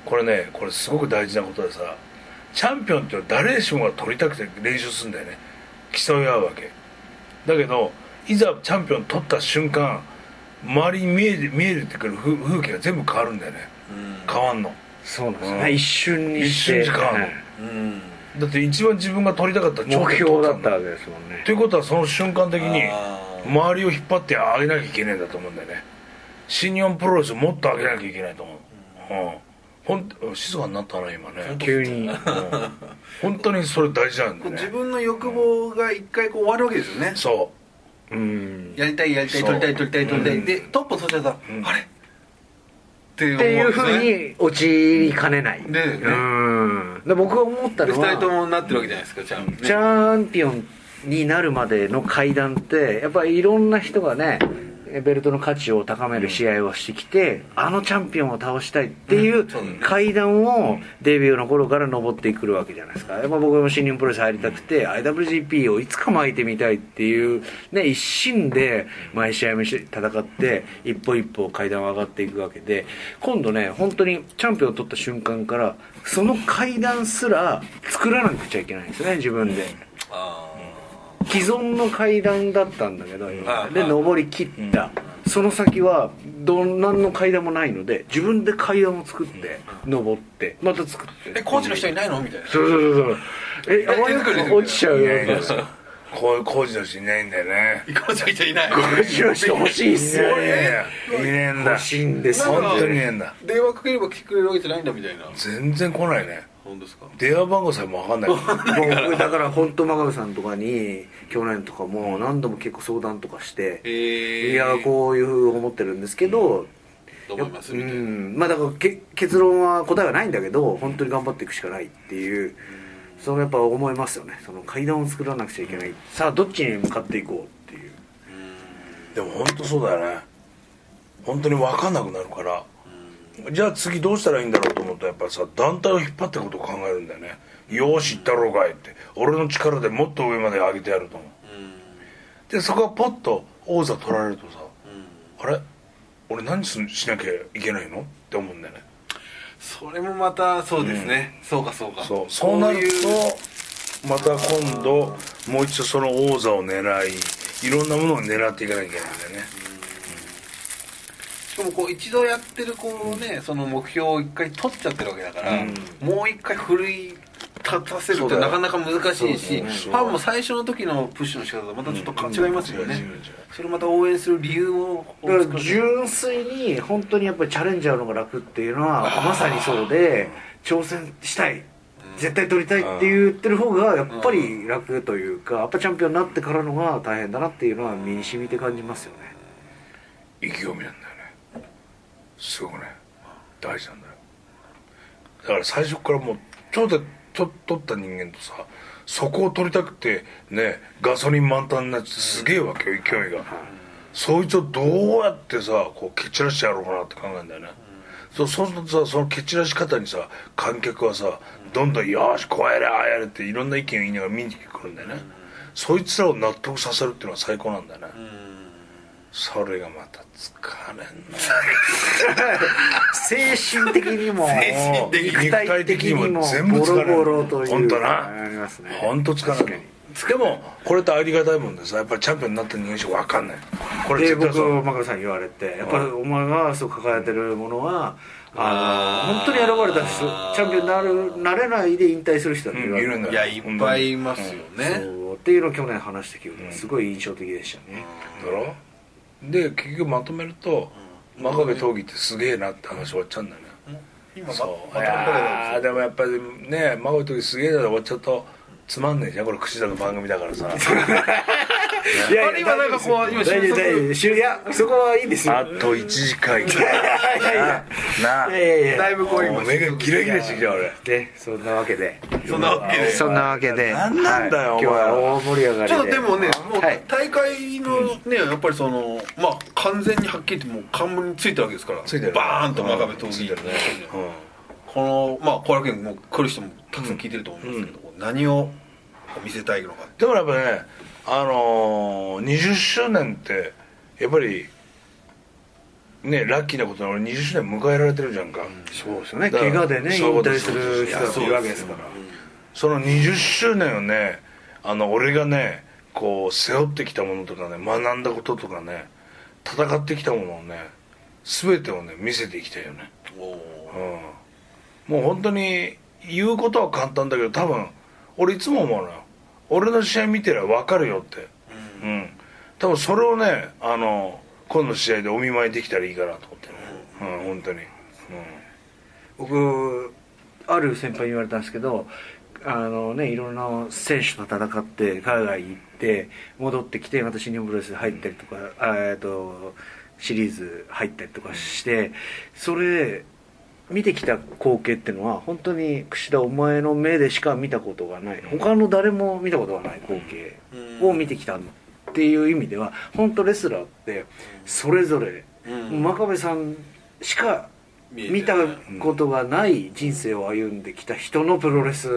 Speaker 4: これねこれすごく大事なことでさチャンピオンって誰しもが取りたくて練習するんだよね競い合うわけだけどいざチャンピオン取った瞬間周りに見えて見えてくる風風景が全部変わるんだよね変わんの
Speaker 1: そうなんですね一瞬に
Speaker 4: 一
Speaker 1: し
Speaker 4: 瞬
Speaker 1: て
Speaker 4: に変わんの
Speaker 1: はい
Speaker 3: うん
Speaker 4: だって一番自分が取りたかった頂
Speaker 1: 目
Speaker 4: 点
Speaker 1: 標
Speaker 4: 取
Speaker 1: だ
Speaker 4: ん
Speaker 1: ったわけですもんね
Speaker 4: ということはその瞬間的に
Speaker 3: あー
Speaker 4: 周りを引っ張ってあげなきゃいけないんだと思うんだよね新日本プロレスをもっと上げなきゃいけないと思う、うんほん静かになったな今ね
Speaker 1: 急には
Speaker 4: うん本当にそれ大事なんだ
Speaker 3: こう
Speaker 4: よ
Speaker 3: 自
Speaker 4: ね
Speaker 3: 分の欲望が一回こう終わるわけですよね
Speaker 4: そ
Speaker 3: やりたいやりたい
Speaker 4: そ
Speaker 3: 取
Speaker 4: う
Speaker 3: りたい取りたい取りたいでトップを取っちゃった
Speaker 4: うん
Speaker 3: らあれってい
Speaker 1: っていうふ
Speaker 3: 風
Speaker 1: うに陥りかねない
Speaker 3: ね
Speaker 1: うんで僕が思った
Speaker 3: 2
Speaker 1: のは
Speaker 3: 人ともなってるわけじゃないですかちゃんとね
Speaker 1: チャンピオンになるまでの階段ってやっぱりいろんな人がねベルトの価値を高める試合をしてきて、あのチャンピオンを倒したいっていう階段をデビューの頃から登ってくるわけじゃないですか、やっぱ僕も新日本プロレス入りたくて、IWGP をいつか巻いてみたいっていう、ね、一心で毎試合目し戦って一歩一歩階段を上がっていくわけで今度ね本当にチャンピオンを取った瞬間からその階段すら作らなくちゃいけないんですね自分で。
Speaker 3: あ
Speaker 1: 既存の階段だったんだけど、今
Speaker 3: うん
Speaker 1: で登り切った、その先はどんなんの階段もないので自分で階段を作って、登ってまた作って
Speaker 3: ーえコーチの人いないのみたいな
Speaker 1: そうそうそうそうえあ
Speaker 3: 手作りで
Speaker 1: れ落ちちゃう
Speaker 4: うい
Speaker 1: よ
Speaker 4: やいやこういう工事の人いないんだよね
Speaker 3: コーチの人いない
Speaker 1: コーチの人欲しいっす
Speaker 4: い
Speaker 1: よ
Speaker 4: やいやいやいねえんだ
Speaker 1: 欲しいんですよ
Speaker 4: 本当にいねえんだ
Speaker 3: 電話かければ来てくれるわけじゃないんだみたいな
Speaker 4: 全然来ないね
Speaker 3: 本当ですか
Speaker 4: 電話番号さえも分かんないから
Speaker 1: もうだから本当真壁さんとかに去年とかも何度も結構相談とかして、
Speaker 3: ええ
Speaker 1: いやこういうふうに思ってるんですけど、
Speaker 3: どう思いますみたいな
Speaker 1: うんまあだからけ結論は答えはないんだけど本当に頑張っていくしかないっていうそのやっぱ思いますよねその階段を作らなくちゃいけない、さあどっちに向かっていこうっていう
Speaker 4: でも本当そうだよね本当に分かんなくなるからじゃあ次どうしたらいいんだろうと思うとやっぱりさ団体を引っ張っていくことを考えるんだよねよーし行ったろうかいって俺の力でもっと上まで上げてやると思うでそこがポッと王座取られるとさ、あれ俺何すんしなきゃいけないのって思うんだよね
Speaker 3: それもまたそうですね、そうかそうか
Speaker 4: そうそうなる
Speaker 3: こいう
Speaker 4: とまた今度もう一度その王座を狙いいろんなものを狙っていかなきゃいけないんだよね
Speaker 3: しかもこう一度やってるこうねその目標を一回取っちゃってるわけだから、もう一回奮い立たせるってなかなか難しいし、ファンも最初の時のプッシュの仕方とまたちょっと違いますよね、それまた応援する理由を
Speaker 1: だから純粋に本当にやっぱりチャレンジャーの方が楽っていうのはまさにそうで挑戦したい絶対取りたいって言ってる方がやっぱり楽というかやっぱチャンピオンになってからのが大変だなっていうのは身に染みて感じますよね
Speaker 4: 意気込みなんだよねすごくね大事なんだよだから最初からもう頂点と取った人間とさそこを取りたくてねガソリン満タンになってすげえわけよ勢いが、そいつをどうやってさこう蹴散らしてやろうかなって考えるんだよね、そうそうするとさその蹴散らし方にさ観客はさどんどん「よーしこうやれああやれ」っていろんな意見を言いながら見に来るんだよね、そいつらを納得させるっていうのは最高なんだよね、それがまた疲れんの
Speaker 1: 精神的にも肉
Speaker 4: 肉体
Speaker 1: 体的
Speaker 4: 的に
Speaker 1: にも
Speaker 4: も全部
Speaker 1: ボ
Speaker 4: 疲れ
Speaker 1: ロボ
Speaker 4: る
Speaker 1: ロという
Speaker 4: 本当
Speaker 1: ありますね
Speaker 4: な本当疲れるでもこれってありがたいもんでさやっぱりチャンピオンになった人間しか分かんないこれ
Speaker 1: で
Speaker 4: 絶対
Speaker 1: 僕
Speaker 4: そう
Speaker 1: 真壁さんに言われてやっぱりお前がそう抱えてるものはあの本当に選ばれた人チャンピオンになるなれないで引退する人だって言われ
Speaker 4: うんいるんだ
Speaker 1: て
Speaker 4: よ
Speaker 3: いやいっぱいいますよね、
Speaker 1: そうっていうのを去年話してきてすごい印象的でしたね
Speaker 4: だろで結局まとめると真壁闘技ってすげえなって話終わっちゃうんだよね
Speaker 3: 今
Speaker 4: そういやーでもやっぱりね真壁闘技すげえなで終わっちゃうとつまんねえじゃんこれ櫛田の番組だからさ
Speaker 1: いや
Speaker 3: あれ今なんかこう今
Speaker 1: 大丈夫
Speaker 3: 収束
Speaker 1: 大丈夫終いやそこ はいいですよ
Speaker 4: あと1時間いけ
Speaker 1: いやいや
Speaker 4: ない
Speaker 1: やいやいや
Speaker 3: だいぶこう今
Speaker 4: 目がギラギラしてきた俺
Speaker 1: でそんなわけで
Speaker 3: そんなわけで
Speaker 1: そんなわけで
Speaker 4: 何なんだよ
Speaker 1: はい
Speaker 4: お
Speaker 1: 今日
Speaker 4: 前
Speaker 1: は大盛り上がり
Speaker 3: ちょっとでもね、もう
Speaker 1: はい
Speaker 3: 大会のね、やっぱりその、まあ、完全にはっきり言って、もう冠についたわけですから、
Speaker 4: ついてる
Speaker 3: バーンと真壁闘技、この、まあ、後楽園、もう来る人もたくさん聞いてると思いますけど、何を見せたいのかって、
Speaker 4: でもやっぱねあのー、20周年ってやっぱりねラッキーなことに俺20周年迎えられてるじゃんか、
Speaker 1: そうですよね
Speaker 4: だから
Speaker 1: 怪我でね
Speaker 4: そういう
Speaker 1: 引
Speaker 4: こと
Speaker 1: 退する人がいるわけですから
Speaker 4: その20周年をねあの俺がねこう背負ってきたものとかね学んだこととかね戦ってきたものをね全てをね見せていきたいよねうん、もう本当に言うことは簡単だけど多分俺いつも思うのよ俺の試合見てりゃ分かるよってうん、多分それをねあの今度の試合でお見舞いできたらいいかなと思ってねうん本当に、うん、
Speaker 1: 僕ある先輩に言われたんですけどあのねいろんな選手と戦って海外行って戻ってきて私日本プロレス入ったりとか、あえっとシリーズ入ったりとかしてそれ見てきた光景ってのは本当に櫛田お前の目でしか見たことがない他の誰も見たことがない光景を見てきたっていう意味では本当レスラーってそれぞれ真壁さんしか見たことがない人生を歩んできた人のプロレス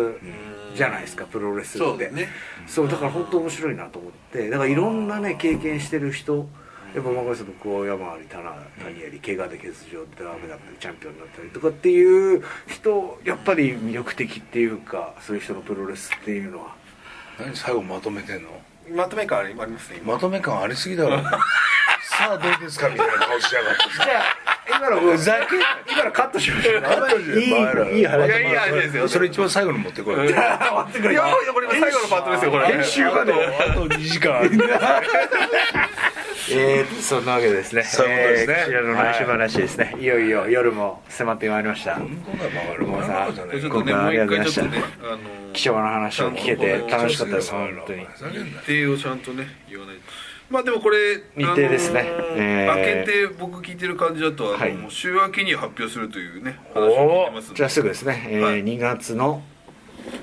Speaker 1: じゃないですかプロレスって
Speaker 3: そうだね
Speaker 1: そうだから本当面白いなと思ってだからいろんなね経験してる人やっぱ真壁さんとこう山あり棚あり怪我で欠場ってダメだったりチャンピオンになったりとかっていう人やっぱり魅力的っていうかそういう人のプロレスっていうのは
Speaker 4: 何最後まとめてんの
Speaker 3: まとめ感ありますね、今。
Speaker 4: まとめ感ありすぎ だろさあどうですかみたいな顔しやがって
Speaker 1: じゃあ今の ふざけ今のカットしましょういいいい話
Speaker 3: いやいい話ですよ
Speaker 4: それ一番最後に持ってこい
Speaker 1: 待ってくれ
Speaker 3: いや、これ最後のパートですよ、これ。
Speaker 1: 練習がね
Speaker 4: あと2時間あるんだ
Speaker 1: えー、そんなわけでですね
Speaker 4: そういうことですね
Speaker 1: えーこちらの内緒話ですね、い、よいよ夜も迫ってまいりました
Speaker 4: もうさちょっ
Speaker 3: ちょっ
Speaker 1: ことこ
Speaker 3: ね、
Speaker 1: は
Speaker 3: も
Speaker 1: あ
Speaker 3: う
Speaker 1: りが
Speaker 3: 一
Speaker 1: とうございま
Speaker 3: 回
Speaker 1: し
Speaker 3: ち
Speaker 1: た
Speaker 3: ょっとね、あの
Speaker 1: 貴重な話を聞けて楽しかったです本当に
Speaker 3: 日程をちゃんとね言わないとまあでもこれ
Speaker 1: 日程ですね
Speaker 3: あのー
Speaker 1: えー
Speaker 3: 明けて僕聞いてる感じだとあの、
Speaker 1: はい
Speaker 3: もう週明けに発表するというね話
Speaker 4: おー
Speaker 3: を聞いてますん
Speaker 1: じゃ
Speaker 3: で
Speaker 1: あすぐですね、えー
Speaker 3: はい
Speaker 1: 2月の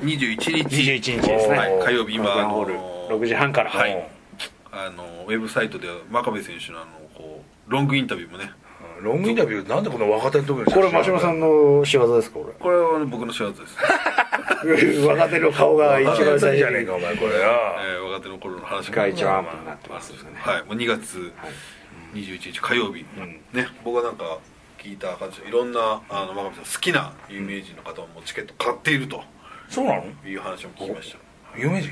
Speaker 3: 21日
Speaker 1: 21日ですね、
Speaker 3: はい火曜日今
Speaker 1: ロケンホー
Speaker 3: あ
Speaker 1: ル
Speaker 3: のー
Speaker 1: 6時半から、
Speaker 3: はいあのウェブサイトでは真壁選手のあのこうロングインタビューもね
Speaker 4: ロングインタビューなんでこの若手の時に
Speaker 1: これ真島さんの仕業ですかこ
Speaker 3: これは僕の仕 業です、
Speaker 1: れ若手の顔が一
Speaker 4: 一
Speaker 1: 番
Speaker 4: 番最
Speaker 1: 最
Speaker 4: じゃ
Speaker 1: 初
Speaker 4: ねえ
Speaker 1: に
Speaker 4: かお前こ
Speaker 3: え
Speaker 4: れよ
Speaker 3: ー、若手の頃の話も
Speaker 1: が一番アップになってますよね
Speaker 3: はい、もう2月21日火曜日、ね僕はなんか聞いた感じでいろんなあの真壁さん好きな有名人の方もチケット買っていると
Speaker 4: そうなの
Speaker 3: いう話も聞きました
Speaker 4: 有名人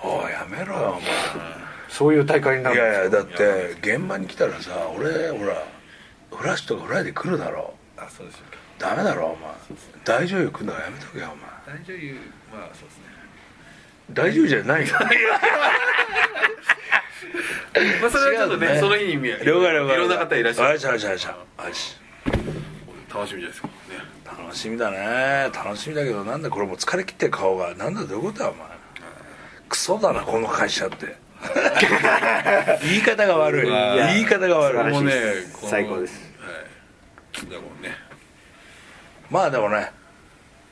Speaker 4: おいやめろよ
Speaker 1: そういう大会に
Speaker 4: お
Speaker 1: な
Speaker 4: 前い
Speaker 1: るんで
Speaker 4: やい
Speaker 1: す
Speaker 4: やだって現場に来たらさ俺ほらフラッシュとかフライで来るだろ
Speaker 3: あそうですよ
Speaker 4: ダメだろお前大女優来るのはやめとけよお
Speaker 3: 大女優まあそうですね
Speaker 4: 前大女優じゃないよ
Speaker 3: まあそれはちょっと
Speaker 4: 違う
Speaker 3: ね
Speaker 4: ね
Speaker 3: その日に見え
Speaker 4: 了解了解
Speaker 3: いろんな方いらっしゃ
Speaker 4: よ
Speaker 3: る
Speaker 4: しよしよしよし
Speaker 3: 楽しみですよね
Speaker 4: 楽しみだね楽しみだけどなんだこれもう疲れ切ってる顔がなんだどういうことだお前クソだなこの会社って言い方が悪い言い方が悪い
Speaker 1: もうね
Speaker 3: この
Speaker 1: 最高です
Speaker 3: はいだからもうね
Speaker 4: まあでもね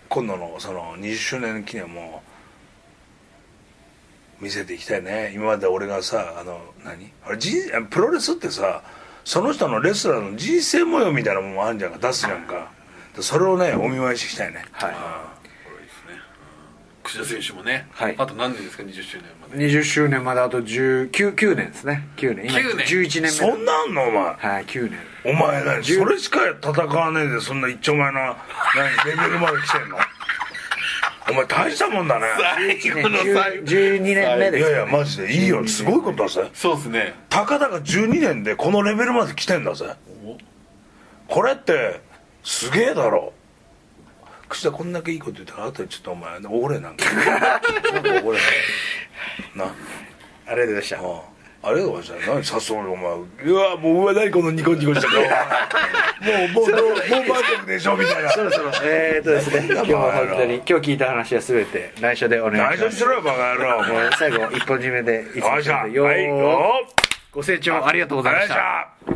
Speaker 4: 今度のその20周年記念も見せていきたいね今まで俺がさあの何あれ人プロレスってさその人のレスラーの人生模様みたいなもんもあるんじゃんか出すじゃんかでそれをねお見舞いしていきたいね
Speaker 3: 櫛田選手もね、
Speaker 1: はい
Speaker 3: あと何年ですか20周年まで
Speaker 1: 20周年まであと19 9年ですね9年今
Speaker 3: 9年
Speaker 1: 11年目
Speaker 4: そんなんあんのお前
Speaker 1: はい9年
Speaker 4: お前何それしか戦わねえでそんな一丁前な何レベルまで来てんのお前大したもんだね
Speaker 1: ね10 12年目
Speaker 4: い
Speaker 1: で
Speaker 4: や
Speaker 1: す
Speaker 4: いやマジでいいよすごいことだぜ
Speaker 3: そうですね
Speaker 4: たかだか12年でこのレベルまで来てんだぜこれってすげえだろ口田こんだけいいこと言ったからあとでちょっとお前怒 れなんかなんか怒れなあ
Speaker 1: ありがとうございました
Speaker 4: あありがとうございました何早速お前うわもううわ何このニコニコした顔もうもうもうもう満足でしょみたいな
Speaker 1: そろそろえーっとですね今日は本当に
Speaker 4: お前ら
Speaker 1: 今日聞いた話は全て内緒でお願いし
Speaker 4: 内
Speaker 1: ま
Speaker 4: 緒にし
Speaker 1: す
Speaker 4: ろよバカ野郎
Speaker 1: もう最後一本締めでいつ
Speaker 4: よ
Speaker 1: も
Speaker 4: っしゃはい
Speaker 1: よ
Speaker 4: よ
Speaker 1: ーご清聴ありがとうございました
Speaker 4: よっしゃ